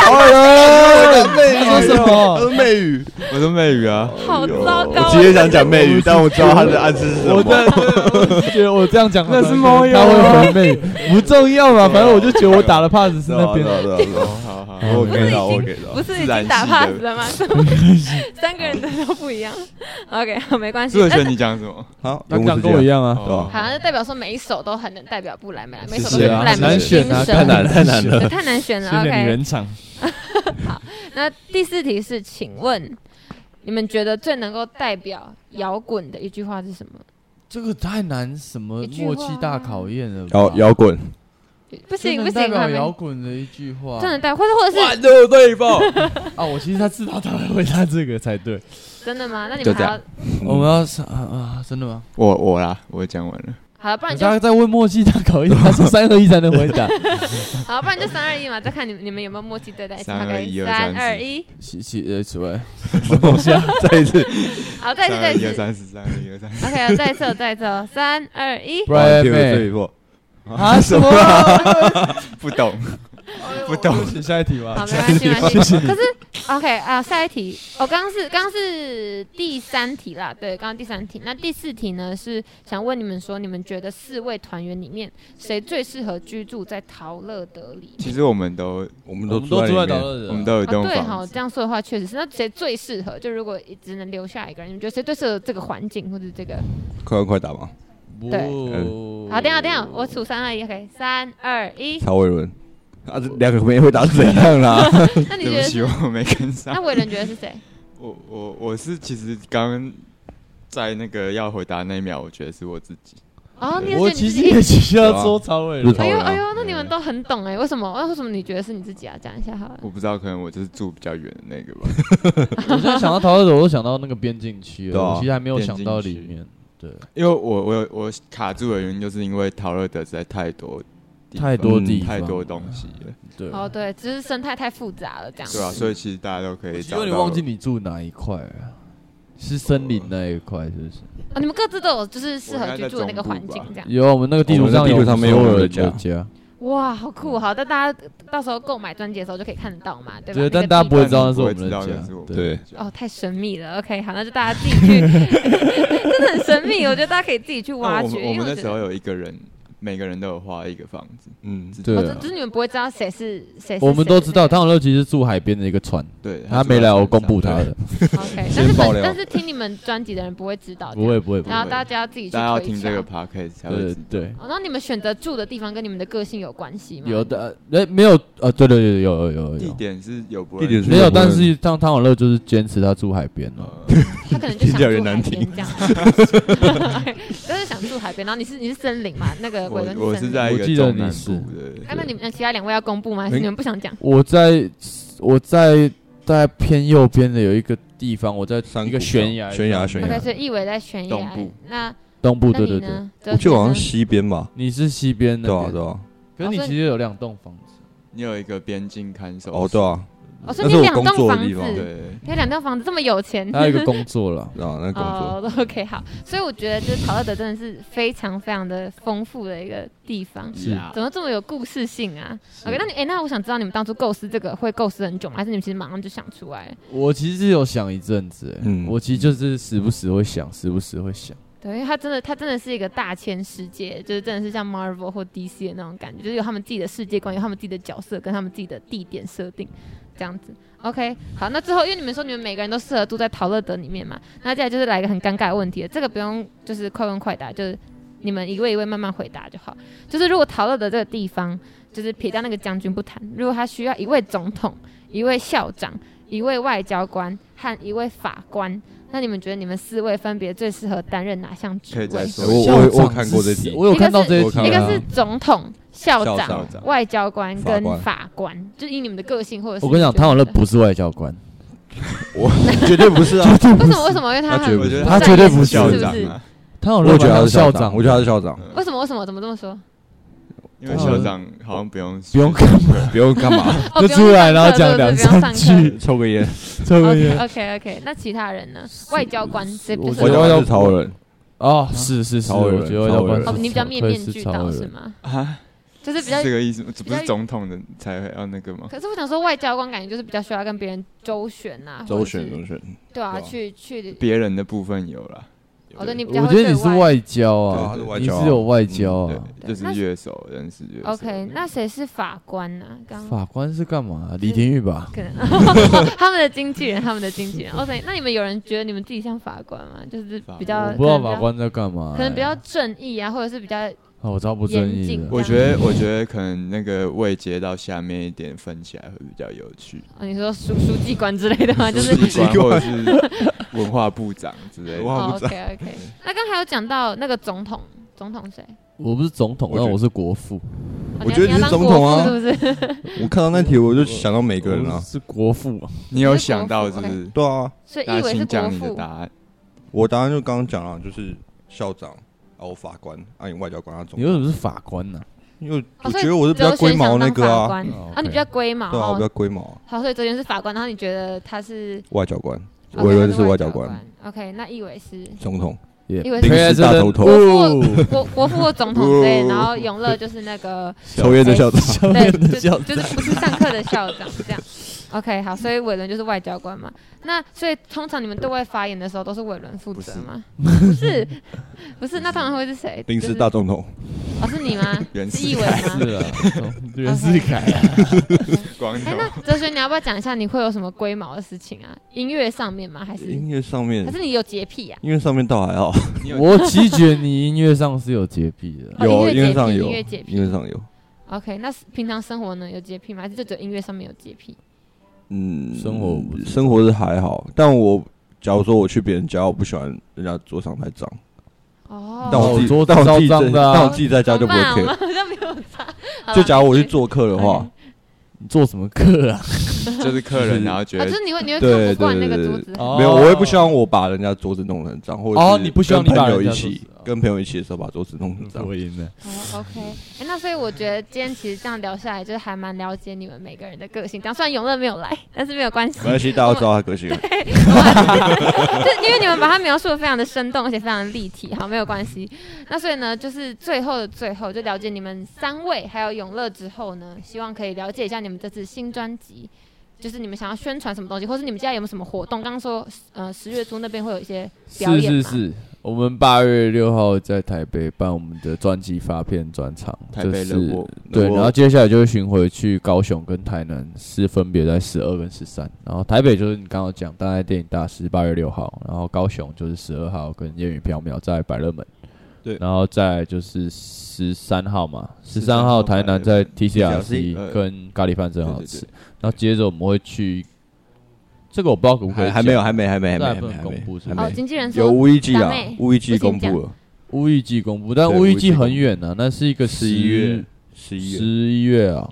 Speaker 5: 曹伟伦，
Speaker 4: 妹
Speaker 5: 说什么？
Speaker 4: 媚语，
Speaker 6: 我说妹语啊，
Speaker 3: 好糟糕！啊
Speaker 4: 我其实想讲媚语，但我知道他的暗示是什
Speaker 5: 我
Speaker 4: 么。
Speaker 5: 在，我觉得我这样讲，
Speaker 6: 那是猫眼
Speaker 5: 他
Speaker 6: 啊
Speaker 5: 会回妹，不重要嘛，反正我就觉得我 打了 pass 是那边
Speaker 4: 对啊
Speaker 5: 的。
Speaker 4: 对啊对啊对啊
Speaker 6: 哦好好，
Speaker 4: 我给到，我给到
Speaker 3: 哎不。是已
Speaker 6: 自然
Speaker 3: 经打
Speaker 6: 系的
Speaker 3: pass 了吗？ 三个人的都不一样。OK，好，没关系。
Speaker 6: 朱
Speaker 3: 那
Speaker 6: 德轩你讲什么？哦
Speaker 4: 好，
Speaker 5: 他讲跟我一
Speaker 4: 样，
Speaker 5: 样啊，
Speaker 4: 对吧
Speaker 3: 好像就代表说每一首都很能代表布莱梅，每
Speaker 5: 谢
Speaker 3: 首都
Speaker 5: 谢
Speaker 3: 是
Speaker 5: 啊
Speaker 3: 布莱
Speaker 5: 很
Speaker 3: 梅的
Speaker 5: 难
Speaker 3: 精
Speaker 5: 选啊，
Speaker 3: 神。
Speaker 5: 太难太难
Speaker 3: 对
Speaker 5: 了。
Speaker 3: 太难选了。
Speaker 5: 谢谢你
Speaker 3: OK，
Speaker 5: 人场，
Speaker 3: 那第四题是，请问你们觉得最能够代表摇滚的一句话是什么？
Speaker 5: 这个太难，什么
Speaker 3: 一句
Speaker 5: 默契
Speaker 3: 话
Speaker 5: 大考验了吧？
Speaker 4: 摇摇滚，
Speaker 3: 不
Speaker 5: 最
Speaker 3: 行
Speaker 5: 能
Speaker 3: 不
Speaker 5: 代
Speaker 3: 行，
Speaker 5: 表
Speaker 3: 还
Speaker 5: 摇
Speaker 3: 没
Speaker 5: 滚的一句话。
Speaker 3: 真的代，或者或者是
Speaker 4: 热对爆。
Speaker 5: 啊！我其实他知道他会回答这个才对。
Speaker 3: 真的吗？那你
Speaker 6: 就
Speaker 3: 们
Speaker 6: 这
Speaker 3: 还要
Speaker 6: 样
Speaker 4: 嗯
Speaker 5: 我们要是啊啊，真的吗？
Speaker 6: 我我啦，我讲完了。
Speaker 3: 好，不然就
Speaker 5: 大家在问默契大考验， 他说三合一才能回答。
Speaker 3: 好，不然就三二一嘛，再看你们你们有没有默契对待。
Speaker 6: 三二一
Speaker 3: 三
Speaker 6: 二
Speaker 3: 二一，
Speaker 5: 其其呃，此外，
Speaker 4: 再一次，
Speaker 3: 好，再一次，再
Speaker 6: 三
Speaker 3: 一
Speaker 6: 一
Speaker 3: 次。
Speaker 6: 二
Speaker 3: 哦
Speaker 6: 三四，三二一二三四。
Speaker 3: OK，再一次，再一次哦，三二一。
Speaker 5: 不然
Speaker 4: 这
Speaker 5: 妹
Speaker 4: 一波，
Speaker 5: 啊什 么？
Speaker 6: 不懂，
Speaker 3: 哎
Speaker 6: 不懂。
Speaker 5: 下一题吧
Speaker 3: 好，。没关系，没关
Speaker 5: 谢
Speaker 3: 系。
Speaker 5: 谢你
Speaker 3: 可是 OK 啊，下一题，哦，刚刚是刚刚是第三题啦，对，刚刚第三题。那第四题呢是想问你们说，你们觉得四位团员里面谁最适合居住在陶乐德里？
Speaker 6: 其实我们都
Speaker 4: 我们
Speaker 5: 我
Speaker 4: 都
Speaker 5: 们都住在
Speaker 4: 里
Speaker 5: 岛
Speaker 4: 面
Speaker 5: 乐
Speaker 6: 我
Speaker 5: 的，
Speaker 6: 们都有一
Speaker 3: 啊，
Speaker 6: 栋
Speaker 3: 对，好，
Speaker 6: 房子
Speaker 3: 这，样说的话确实是。那谁最适合？就如果只能留下一个人，你们觉得谁最适合这个环境或者这个？
Speaker 4: 快问快答嘛。
Speaker 5: 不
Speaker 3: 对好，等一下等一下，我数三二一，OK，三二一。
Speaker 4: 曹伟伦，啊，这两个没回答是怎样啦？
Speaker 3: 那你觉
Speaker 6: 对
Speaker 3: 得
Speaker 6: 不
Speaker 3: 是？
Speaker 6: 起，我没跟上
Speaker 3: 那。伟人觉得是谁？
Speaker 6: 我我我是其实刚刚在那个要回答那一秒，我觉得是我自己。
Speaker 3: 哦，你也觉
Speaker 5: 我
Speaker 3: 得你
Speaker 5: 其
Speaker 3: 自
Speaker 5: 实也
Speaker 3: 己？
Speaker 5: 需
Speaker 4: 啊
Speaker 5: 要说曹伟
Speaker 4: 就
Speaker 5: 伦
Speaker 4: 是。
Speaker 3: 哎呦
Speaker 4: 好啦
Speaker 3: 哎呦，那你们都很懂哎，为什么？那为什么你觉得是你自己啊？讲一下好了。
Speaker 6: 我不知道，可能我就是住比较远的那个 吧。
Speaker 5: 我现在想到陶乐德，我都想到那个边境区
Speaker 4: 对
Speaker 5: 了，
Speaker 4: 啊
Speaker 5: 我其实还没有
Speaker 6: 边
Speaker 5: 想
Speaker 6: 境
Speaker 5: 到
Speaker 6: 区
Speaker 5: 里面。对，
Speaker 6: 因为我我有我卡住的原因，就是因为陶乐德实在太多地方
Speaker 5: 太多
Speaker 4: 嗯
Speaker 5: 地方，
Speaker 6: 太多东西了，
Speaker 5: 对。
Speaker 3: 哦，对，只是生态太复杂了，这样。
Speaker 6: 对啊，所以其实大家都可以
Speaker 5: 因
Speaker 6: 找到。
Speaker 5: 为你忘记你住哪一块啊？是森林那一块，是不是？
Speaker 3: 啊，你们各自都有就是适合居住的那个环境，这样。
Speaker 5: 有啊，我们那个地图上
Speaker 4: 我们的地
Speaker 5: 有
Speaker 4: 图上面有
Speaker 5: 所
Speaker 4: 我
Speaker 5: 有
Speaker 4: 的
Speaker 5: 人的
Speaker 4: 家
Speaker 5: 家，
Speaker 3: 哇，好酷！哦好，但大家到时候购买专辑的时候就可以看得到嘛，对吧？那
Speaker 5: 对，
Speaker 3: 个
Speaker 5: 但大家不
Speaker 3: 地
Speaker 5: 会
Speaker 3: 址
Speaker 5: 知道那是
Speaker 6: 不
Speaker 5: 我们
Speaker 6: 会
Speaker 5: 的
Speaker 6: 知道
Speaker 5: 家
Speaker 6: 那是我，们
Speaker 4: 对，
Speaker 3: 哦，太神秘了。OK，好，那就大家自己去， 真的很神秘。我觉得大家可以自己去挖
Speaker 6: 那我
Speaker 3: 掘。
Speaker 6: 们我
Speaker 3: 因为
Speaker 6: 们那
Speaker 3: 觉
Speaker 6: 时候
Speaker 3: 得哦
Speaker 6: 有一个人，每个人都有画一个房子，
Speaker 4: 嗯，
Speaker 6: 自己
Speaker 5: 对
Speaker 3: 哦，
Speaker 5: 啊
Speaker 3: 只只是你们不会知道谁是谁哎是谁。
Speaker 5: 我们都知道，
Speaker 3: 对
Speaker 5: 唐永乐其实住海边的一个船，
Speaker 6: 对，
Speaker 5: 他
Speaker 6: 住
Speaker 5: 没
Speaker 6: 在
Speaker 5: 来，我
Speaker 6: 山
Speaker 5: 公
Speaker 6: 上
Speaker 5: 布他。
Speaker 6: 对
Speaker 5: 的，
Speaker 3: OK，但是
Speaker 4: 爆
Speaker 3: 本
Speaker 4: 料
Speaker 3: 但是听你们专辑的人不会知道，
Speaker 5: 不会。不会不
Speaker 3: 然
Speaker 5: 会，
Speaker 3: 后大家要自己去
Speaker 6: 大家要
Speaker 3: 推
Speaker 6: 听
Speaker 3: 敲
Speaker 6: 这个 podcast 才会
Speaker 5: 对
Speaker 6: 知道。
Speaker 5: 对，
Speaker 3: 哦，那你们选择住的地方跟你们的个性有关系吗？
Speaker 5: 有的呃没有呃对对对有有有
Speaker 6: 地
Speaker 5: 有
Speaker 6: 点是有不
Speaker 4: 地点
Speaker 5: 没有，但是像唐永乐就是坚持他住海边哦了，
Speaker 3: 他 可能就
Speaker 4: 听
Speaker 3: 想
Speaker 4: 起来有
Speaker 3: 住海
Speaker 4: 点难
Speaker 3: 边
Speaker 4: 听
Speaker 3: 这样， 就是想住海边。然后你是你是森林嘛？那个
Speaker 6: 我
Speaker 3: 鬼伦
Speaker 6: 我
Speaker 3: 森
Speaker 6: 是
Speaker 3: 林。
Speaker 6: 在一
Speaker 5: 我
Speaker 6: 个
Speaker 5: 记得
Speaker 6: 中
Speaker 5: 你
Speaker 6: 南
Speaker 5: 是
Speaker 6: 部的，
Speaker 3: 哎，那你们那其他两位要公布吗？还是
Speaker 4: 没
Speaker 3: 你们不想讲？
Speaker 5: 我在我在大概偏右边的有一个地方，我在
Speaker 4: 山
Speaker 5: 一个
Speaker 4: 谷
Speaker 5: 悬
Speaker 4: 上
Speaker 5: 崖
Speaker 4: 悬崖
Speaker 5: 上
Speaker 4: 悬
Speaker 5: 面
Speaker 3: OK，
Speaker 4: 崖
Speaker 3: 所以一伟在悬
Speaker 6: 东
Speaker 3: 崖
Speaker 6: 部，
Speaker 3: 那
Speaker 5: 东部
Speaker 3: 那
Speaker 5: 对
Speaker 3: 你
Speaker 5: 对对，
Speaker 3: 呢？
Speaker 4: 我记得好
Speaker 3: 哲学生
Speaker 4: 像西边吧？
Speaker 5: 你是西边的，
Speaker 4: 对啊，对啊，
Speaker 5: 可是
Speaker 3: 哦
Speaker 5: 你
Speaker 3: 所以
Speaker 5: 其实有两栋房子，
Speaker 6: 你有一个边境看守
Speaker 4: 哦，
Speaker 6: 所
Speaker 4: 对啊，
Speaker 3: 哦，所
Speaker 4: 那
Speaker 3: 以你
Speaker 4: 是我
Speaker 3: 两
Speaker 4: 工
Speaker 3: 栋
Speaker 4: 作的
Speaker 3: 房
Speaker 4: 地
Speaker 3: 子，
Speaker 4: 方。
Speaker 6: 对，
Speaker 3: 你两栋房子这么有钱，
Speaker 5: 还有一个工作了
Speaker 4: 然后啊那个工 作，
Speaker 3: 哦，OK，好，所以我觉得就是陶乐德真的是非常非常的丰富的一个地方，
Speaker 5: 是
Speaker 4: 啊
Speaker 6: 呀
Speaker 3: 怎么这么有故事性啊？OK，那你哎、那我想知道你们当初构思这个会构思很久吗？还是你们其实马上就想出来了？
Speaker 5: 我其实有想一阵子、欸，
Speaker 4: 嗯
Speaker 5: 我其实就是时不时会想，时不时会想，
Speaker 3: 对，因为它真的，它真的是一个大千世界，就是真的是像 Marvel 或 DC 的那种感觉，就是有他们自己的世界观，有他们自己的角色跟他们自己的地点设定，这样子。OK，好，那最后因为你们说你们每个人都适合住在陶乐德里面嘛，那接下来就是来一个很尴尬的问题了，这个不用就是快问快答，就是你们一位一位慢慢回答就好。就是如果陶乐德这个地方，就是撇掉那个将军不谈，如果他需要一位总统、一位校长、一位外交官和一位法官，那你们觉得你们四位分别最适合担任哪项职
Speaker 6: 可以再
Speaker 3: 位？
Speaker 6: 说
Speaker 4: 哎我我
Speaker 5: 校长
Speaker 4: 我看过这
Speaker 5: 是
Speaker 4: 题
Speaker 5: 我有
Speaker 3: 一个
Speaker 5: 看到
Speaker 3: 是
Speaker 5: 这
Speaker 4: 我
Speaker 5: 题、
Speaker 4: 看
Speaker 5: 啊，
Speaker 3: 一个是总统、校
Speaker 4: 校
Speaker 3: 长
Speaker 4: 长、
Speaker 3: 外交官跟
Speaker 4: 法官
Speaker 3: 法官，就以你们的个性或者是
Speaker 5: 我跟你讲，
Speaker 3: 觉得
Speaker 5: 唐永乐不是外交官，
Speaker 4: 绝对不是啊！
Speaker 3: 为什么为什么？因为他
Speaker 4: 他绝
Speaker 3: 很
Speaker 4: 对
Speaker 6: 我觉得
Speaker 5: 他绝对不
Speaker 3: 是
Speaker 6: 校
Speaker 3: 不
Speaker 6: 长
Speaker 3: 是
Speaker 6: 啊，
Speaker 5: 唐永乐
Speaker 4: 我觉得他
Speaker 5: 蛮像
Speaker 4: 是
Speaker 5: 校
Speaker 4: 校
Speaker 5: 长，
Speaker 4: 长，我觉得他是校长，
Speaker 3: 为什么为什么怎么这么说？
Speaker 6: 因为校长好像不用
Speaker 5: 嗯不用
Speaker 6: 看，
Speaker 4: 不用干嘛，
Speaker 3: 哦
Speaker 5: 就
Speaker 3: 不用
Speaker 5: 出来
Speaker 3: 上
Speaker 5: 然后
Speaker 3: 课
Speaker 5: 讲
Speaker 3: 对
Speaker 5: 两
Speaker 3: 不用上
Speaker 5: 三句
Speaker 3: 课，
Speaker 4: 抽个烟。
Speaker 5: 这个
Speaker 3: OK
Speaker 5: 也
Speaker 3: OK OK，那其他人呢？外交官谁比
Speaker 5: 我
Speaker 3: 较
Speaker 5: 觉
Speaker 3: 适
Speaker 5: 得
Speaker 4: 我
Speaker 3: 合
Speaker 5: 外
Speaker 4: 要
Speaker 5: 交
Speaker 4: 是曹伟伦，
Speaker 5: 哦，是是是，
Speaker 4: 曹伟
Speaker 5: 我
Speaker 4: 伦
Speaker 5: 觉得外交官
Speaker 4: 曹
Speaker 3: 哦，
Speaker 5: 是
Speaker 3: 你比较
Speaker 5: 曹
Speaker 3: 面
Speaker 5: 对
Speaker 3: 面
Speaker 5: 是
Speaker 3: 俱
Speaker 5: 曹
Speaker 3: 到
Speaker 5: 伟
Speaker 3: 是
Speaker 5: 伦
Speaker 3: 吗？
Speaker 6: 啊，
Speaker 3: 就是比
Speaker 6: 是
Speaker 3: 较
Speaker 6: 这。个意思吗？这不
Speaker 3: 较
Speaker 6: 是总统的才会要那个吗？
Speaker 3: 可是我想说，外交官感觉就是比较需要跟别人周旋呐，
Speaker 4: 周
Speaker 3: 或
Speaker 4: 旋
Speaker 3: 者是
Speaker 4: 周旋，
Speaker 3: 对啊，
Speaker 4: 对啊
Speaker 3: 去去，
Speaker 6: 别人的部分有啦，
Speaker 3: 哦，对你比较
Speaker 5: 我
Speaker 3: 会
Speaker 5: 觉得你
Speaker 3: 对
Speaker 5: 是外交
Speaker 4: 对
Speaker 5: 啊
Speaker 4: 他是，外
Speaker 5: 你
Speaker 4: 交啊
Speaker 5: 是有外交啊。
Speaker 6: 对，
Speaker 3: 对
Speaker 6: 就
Speaker 3: 那
Speaker 6: 是乐手认识乐手。
Speaker 3: OK，那谁是法官呢？刚
Speaker 5: 法官是干嘛？李廷玉吧？
Speaker 3: 可能 哦他们的经纪人，他们的经纪人。OK，那你们有人觉得你们自己像法官吗？就是比较
Speaker 5: 我不知道
Speaker 3: 呃可能比较
Speaker 5: 法官在干嘛、
Speaker 3: 可能比
Speaker 5: 欸
Speaker 3: 较正义啊，或者是比较
Speaker 5: 哦，我超不正
Speaker 3: 严
Speaker 5: 义
Speaker 3: 谨
Speaker 5: 的。
Speaker 6: 我觉得，我觉得可能那个位接到下面一点分起来会比较有趣，
Speaker 3: 哦，你说书书记官之类的吗？啊就是
Speaker 6: 书记官
Speaker 4: 奇怪
Speaker 6: 或者是文化部长之类
Speaker 4: 哇
Speaker 6: 的。
Speaker 3: 哦
Speaker 4: 不知
Speaker 3: OK OK。那刚才有讲到那个总统，总统谁？
Speaker 5: 我不是总统，
Speaker 4: 我觉
Speaker 5: 但
Speaker 4: 得
Speaker 5: 我是国父。
Speaker 3: 哦
Speaker 4: 我觉得
Speaker 3: 你要
Speaker 4: 你是
Speaker 3: 当
Speaker 4: 总
Speaker 3: 国
Speaker 4: 统啊
Speaker 3: 父是不是？
Speaker 4: 我看到那题我就想到每个人
Speaker 5: 我
Speaker 4: 啊，
Speaker 5: 是国父嘛？
Speaker 6: 你
Speaker 3: 哦
Speaker 6: 有想到是不是？
Speaker 4: 对啊，
Speaker 3: 所以
Speaker 6: 大
Speaker 3: 一
Speaker 6: 家
Speaker 3: 伟是国
Speaker 6: 请讲你的
Speaker 3: 父
Speaker 6: 答，案。
Speaker 4: 我答案就刚刚讲了，就是校长，然后法官，啊，你外交官那种
Speaker 5: 你，为什么是法官呢？
Speaker 4: 因为
Speaker 3: 哦
Speaker 4: 我
Speaker 3: 所以
Speaker 4: 觉得我是比
Speaker 3: 哲
Speaker 4: 较
Speaker 3: 轩
Speaker 4: 龟毛
Speaker 3: 想
Speaker 4: 那
Speaker 3: 当
Speaker 4: 个
Speaker 3: 法
Speaker 4: 啊，
Speaker 3: 官
Speaker 5: 哦
Speaker 3: 啊，你比较龟毛
Speaker 4: 对啊，我比较
Speaker 3: 哦。
Speaker 4: 龟毛啊，
Speaker 3: 好，所以哲轩是法官，然后你觉得他是
Speaker 4: 外交官，
Speaker 3: 哦
Speaker 4: 伟
Speaker 3: 他
Speaker 4: 伦是外
Speaker 3: 外
Speaker 4: 交官
Speaker 3: 官。OK，那一伟是
Speaker 4: 总统，
Speaker 5: 也
Speaker 3: 一伟
Speaker 4: 临
Speaker 3: 是
Speaker 4: 时大头头，哦
Speaker 3: 国父、国国父或总统之 类，然后永乐就是那个
Speaker 4: 抽烟的校长，
Speaker 3: 对，就
Speaker 5: 校
Speaker 3: 就就是不是上课的校长这样。OK，好，所以伟伦就是外交官嘛。那所以通常你们对外发言的时候都是伟伦负责吗？不是，不是，那通常会是谁？
Speaker 4: 临
Speaker 3: 就
Speaker 4: 时
Speaker 3: 是
Speaker 4: 大总统，
Speaker 3: 哦，是你 吗？
Speaker 6: 袁
Speaker 3: 是
Speaker 6: 世
Speaker 3: 一伟
Speaker 6: 凯
Speaker 3: 吗？
Speaker 5: 是 啊，袁世凯啊。
Speaker 6: 光
Speaker 3: 哎，
Speaker 6: 头
Speaker 3: 那哲学你要不要讲一下你会有什么龟毛的事情啊？音乐上面吗？还是
Speaker 4: 音乐上
Speaker 3: 还
Speaker 4: 面，
Speaker 3: 是你有洁癖啊？
Speaker 4: 音乐上面倒还好，
Speaker 5: 我其实觉得你音乐上是有洁癖的。
Speaker 3: 哦
Speaker 4: 有
Speaker 3: 音
Speaker 4: 音
Speaker 3: 乐洁
Speaker 4: 乐上
Speaker 3: 癖
Speaker 4: 有，
Speaker 3: 音乐洁癖
Speaker 4: 音乐上有，
Speaker 3: OK，那是平常生活呢有洁癖吗？还是就只有音乐上面有洁癖？
Speaker 4: 嗯，
Speaker 5: 生活我不知道
Speaker 4: 生活是还好，但我假如说我去别人家，我不喜欢人家桌上太脏，
Speaker 3: 哦，
Speaker 4: 但我自
Speaker 5: 哦桌子
Speaker 4: 己，但我自己
Speaker 5: 超脏
Speaker 4: 在，
Speaker 5: 的啊
Speaker 4: 但我自己在家就
Speaker 3: 怎
Speaker 4: 不
Speaker 3: 么
Speaker 4: 会
Speaker 3: 办啊我
Speaker 4: care。
Speaker 3: 们好像没有差。好
Speaker 4: 就
Speaker 3: 啦
Speaker 4: 假如我去
Speaker 3: 继续
Speaker 4: 做客的话
Speaker 3: OK，
Speaker 5: 你做什么课啊？
Speaker 6: 就是客
Speaker 4: 就
Speaker 6: 人，
Speaker 4: 是
Speaker 6: 然后觉
Speaker 3: 啊，
Speaker 6: 得
Speaker 3: 就是你会你会看
Speaker 4: 对
Speaker 3: 不惯
Speaker 4: 对
Speaker 3: 那个
Speaker 4: 对
Speaker 3: 桌
Speaker 4: 对
Speaker 3: 子，
Speaker 5: 哦
Speaker 4: 没有，我也不希望我把人家桌子弄得很脏，或者
Speaker 5: 哦
Speaker 4: 是
Speaker 5: 你不希望
Speaker 4: 跟
Speaker 5: 你把
Speaker 4: 朋友
Speaker 5: 人家
Speaker 4: 一起
Speaker 5: 桌子哦
Speaker 4: 跟朋友一起的时候把桌子弄很脏。
Speaker 5: 我赢了。
Speaker 3: 哦，OK，哎、那所以我觉得今天其实这样聊下来，就是还蛮了解你们每个人的个性。这样虽然永乐没有来，但是没有关系
Speaker 4: 没，关系，大家都知道他个性。
Speaker 3: 就因为你们把它描述的非常的生动，而且非常立体，好，没有关系。那所以呢，就是最后的最后，就了解你们三位还有永乐之后呢，希望可以了解一下你们这次新专辑，就是你们想要宣传什么东西，或是你们现在有没有什么活动？刚刚说，呃，十月初那边会有一些表
Speaker 5: 是
Speaker 3: 演嘛
Speaker 5: 是是，我们八月六号在台北办我们的专辑发片专场，
Speaker 6: 台
Speaker 5: 这
Speaker 6: 北
Speaker 5: 是
Speaker 6: 冷漠
Speaker 5: 对，
Speaker 4: 冷漠
Speaker 5: 然后接下来就会巡回去高雄跟台南，是分别在十二跟十三。然后台北就是你刚刚讲大爱电影大师八月六号，然后高雄就是十二号跟烟雨缥缈在百乐门，
Speaker 4: 对
Speaker 5: 然后再来就是十三号嘛，十
Speaker 6: 13
Speaker 5: 三
Speaker 6: 号
Speaker 5: 号台南
Speaker 6: 百乐
Speaker 5: 在
Speaker 6: 门
Speaker 5: TCRC
Speaker 6: 呃
Speaker 5: 跟咖喱饭真
Speaker 6: 对
Speaker 5: 好
Speaker 6: 对
Speaker 5: 吃
Speaker 6: 对，
Speaker 5: 然后接着我们会去，这个我不知道可 不可以
Speaker 4: 还还没有，
Speaker 5: 讲
Speaker 4: 还没，还没，还没，
Speaker 5: 这还
Speaker 4: 还
Speaker 5: 不
Speaker 4: 没，
Speaker 5: 能
Speaker 4: 还
Speaker 5: 公布
Speaker 4: 没，
Speaker 5: 是
Speaker 4: 还
Speaker 5: 吗
Speaker 3: 哦，
Speaker 4: 没。
Speaker 3: 经纪人说
Speaker 4: 有无一季
Speaker 3: 小
Speaker 4: 啊
Speaker 3: 妹，
Speaker 4: 无一季
Speaker 3: 不行
Speaker 4: 公布了，
Speaker 5: 乌玉季公布，但
Speaker 4: 对
Speaker 5: 乌玉
Speaker 4: 乌
Speaker 5: 季
Speaker 4: 日记
Speaker 5: 很远呢、啊，那是一个
Speaker 4: 11月十一
Speaker 5: 十
Speaker 4: 月，
Speaker 5: 一月啊，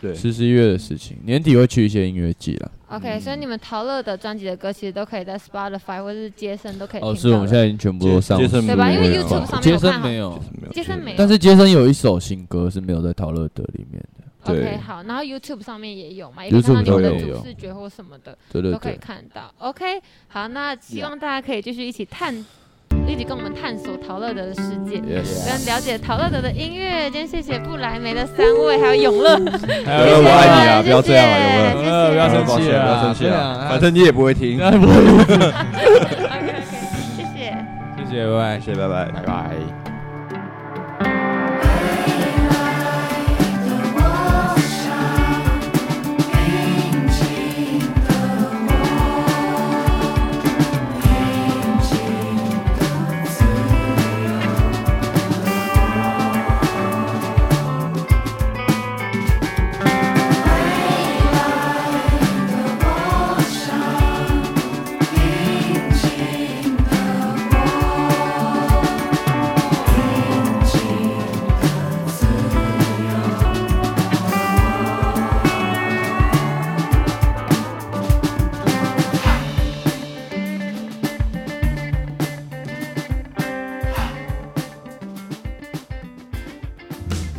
Speaker 4: 对，
Speaker 5: 十十一月的事情，年底会去一些音乐季啦。
Speaker 3: OK，、所以你们陶乐的专辑的歌其实都可以在 Spotify 或是街声都可以听到
Speaker 5: 哦，
Speaker 3: 的。
Speaker 5: 是我们现在已经全部都上
Speaker 4: 杰森
Speaker 3: 对吧因为
Speaker 4: 没有
Speaker 3: YouTube 上面
Speaker 5: 杰
Speaker 3: 有看
Speaker 5: 森
Speaker 3: 啊
Speaker 5: 没有，
Speaker 4: 没有
Speaker 3: 街声没有，
Speaker 5: 但是杰森有一首新歌是没有在陶乐德里面的。
Speaker 4: 对
Speaker 3: OK 好，然后 YouTube 上面也有嘛，也可以看
Speaker 5: YouTube
Speaker 3: 到你们的
Speaker 5: 都有
Speaker 3: 主视觉或什么的
Speaker 5: 对对
Speaker 3: 都可以
Speaker 5: 对，
Speaker 3: 看到。OK，好，那希望大家可以继续一起探，一起跟我们探索陶乐德的世界。
Speaker 5: Yes
Speaker 3: 跟了解陶乐德的音乐，今天谢谢布莱梅的三位，还有永 乐，
Speaker 4: 永乐我爱你啊，不要这样啊，
Speaker 3: 谢
Speaker 4: 永
Speaker 3: 谢
Speaker 4: 乐，
Speaker 3: 呃不要
Speaker 5: 生
Speaker 4: 抱
Speaker 5: 气
Speaker 4: 歉
Speaker 5: 啊
Speaker 4: 不要生气
Speaker 5: 对
Speaker 4: 啊，
Speaker 5: 啊
Speaker 4: 反正你也不 会听，
Speaker 3: OK OK，谢谢。
Speaker 5: 谢谢，拜拜。
Speaker 4: 谢谢，拜拜。
Speaker 6: 拜拜。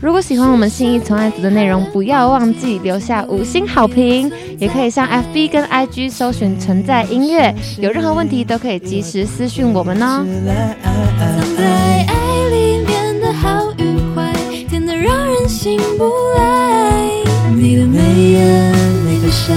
Speaker 3: 如果喜欢我们信义存爱组的内容，不要忘记留下五星好评，也可以上 FB 跟 IG 搜寻“存在音乐”，有任何问题都可以及时私讯我们哦。
Speaker 1: 藏在爱里变得好愉快，甜得让人醒不来。你的眉眼，每个笑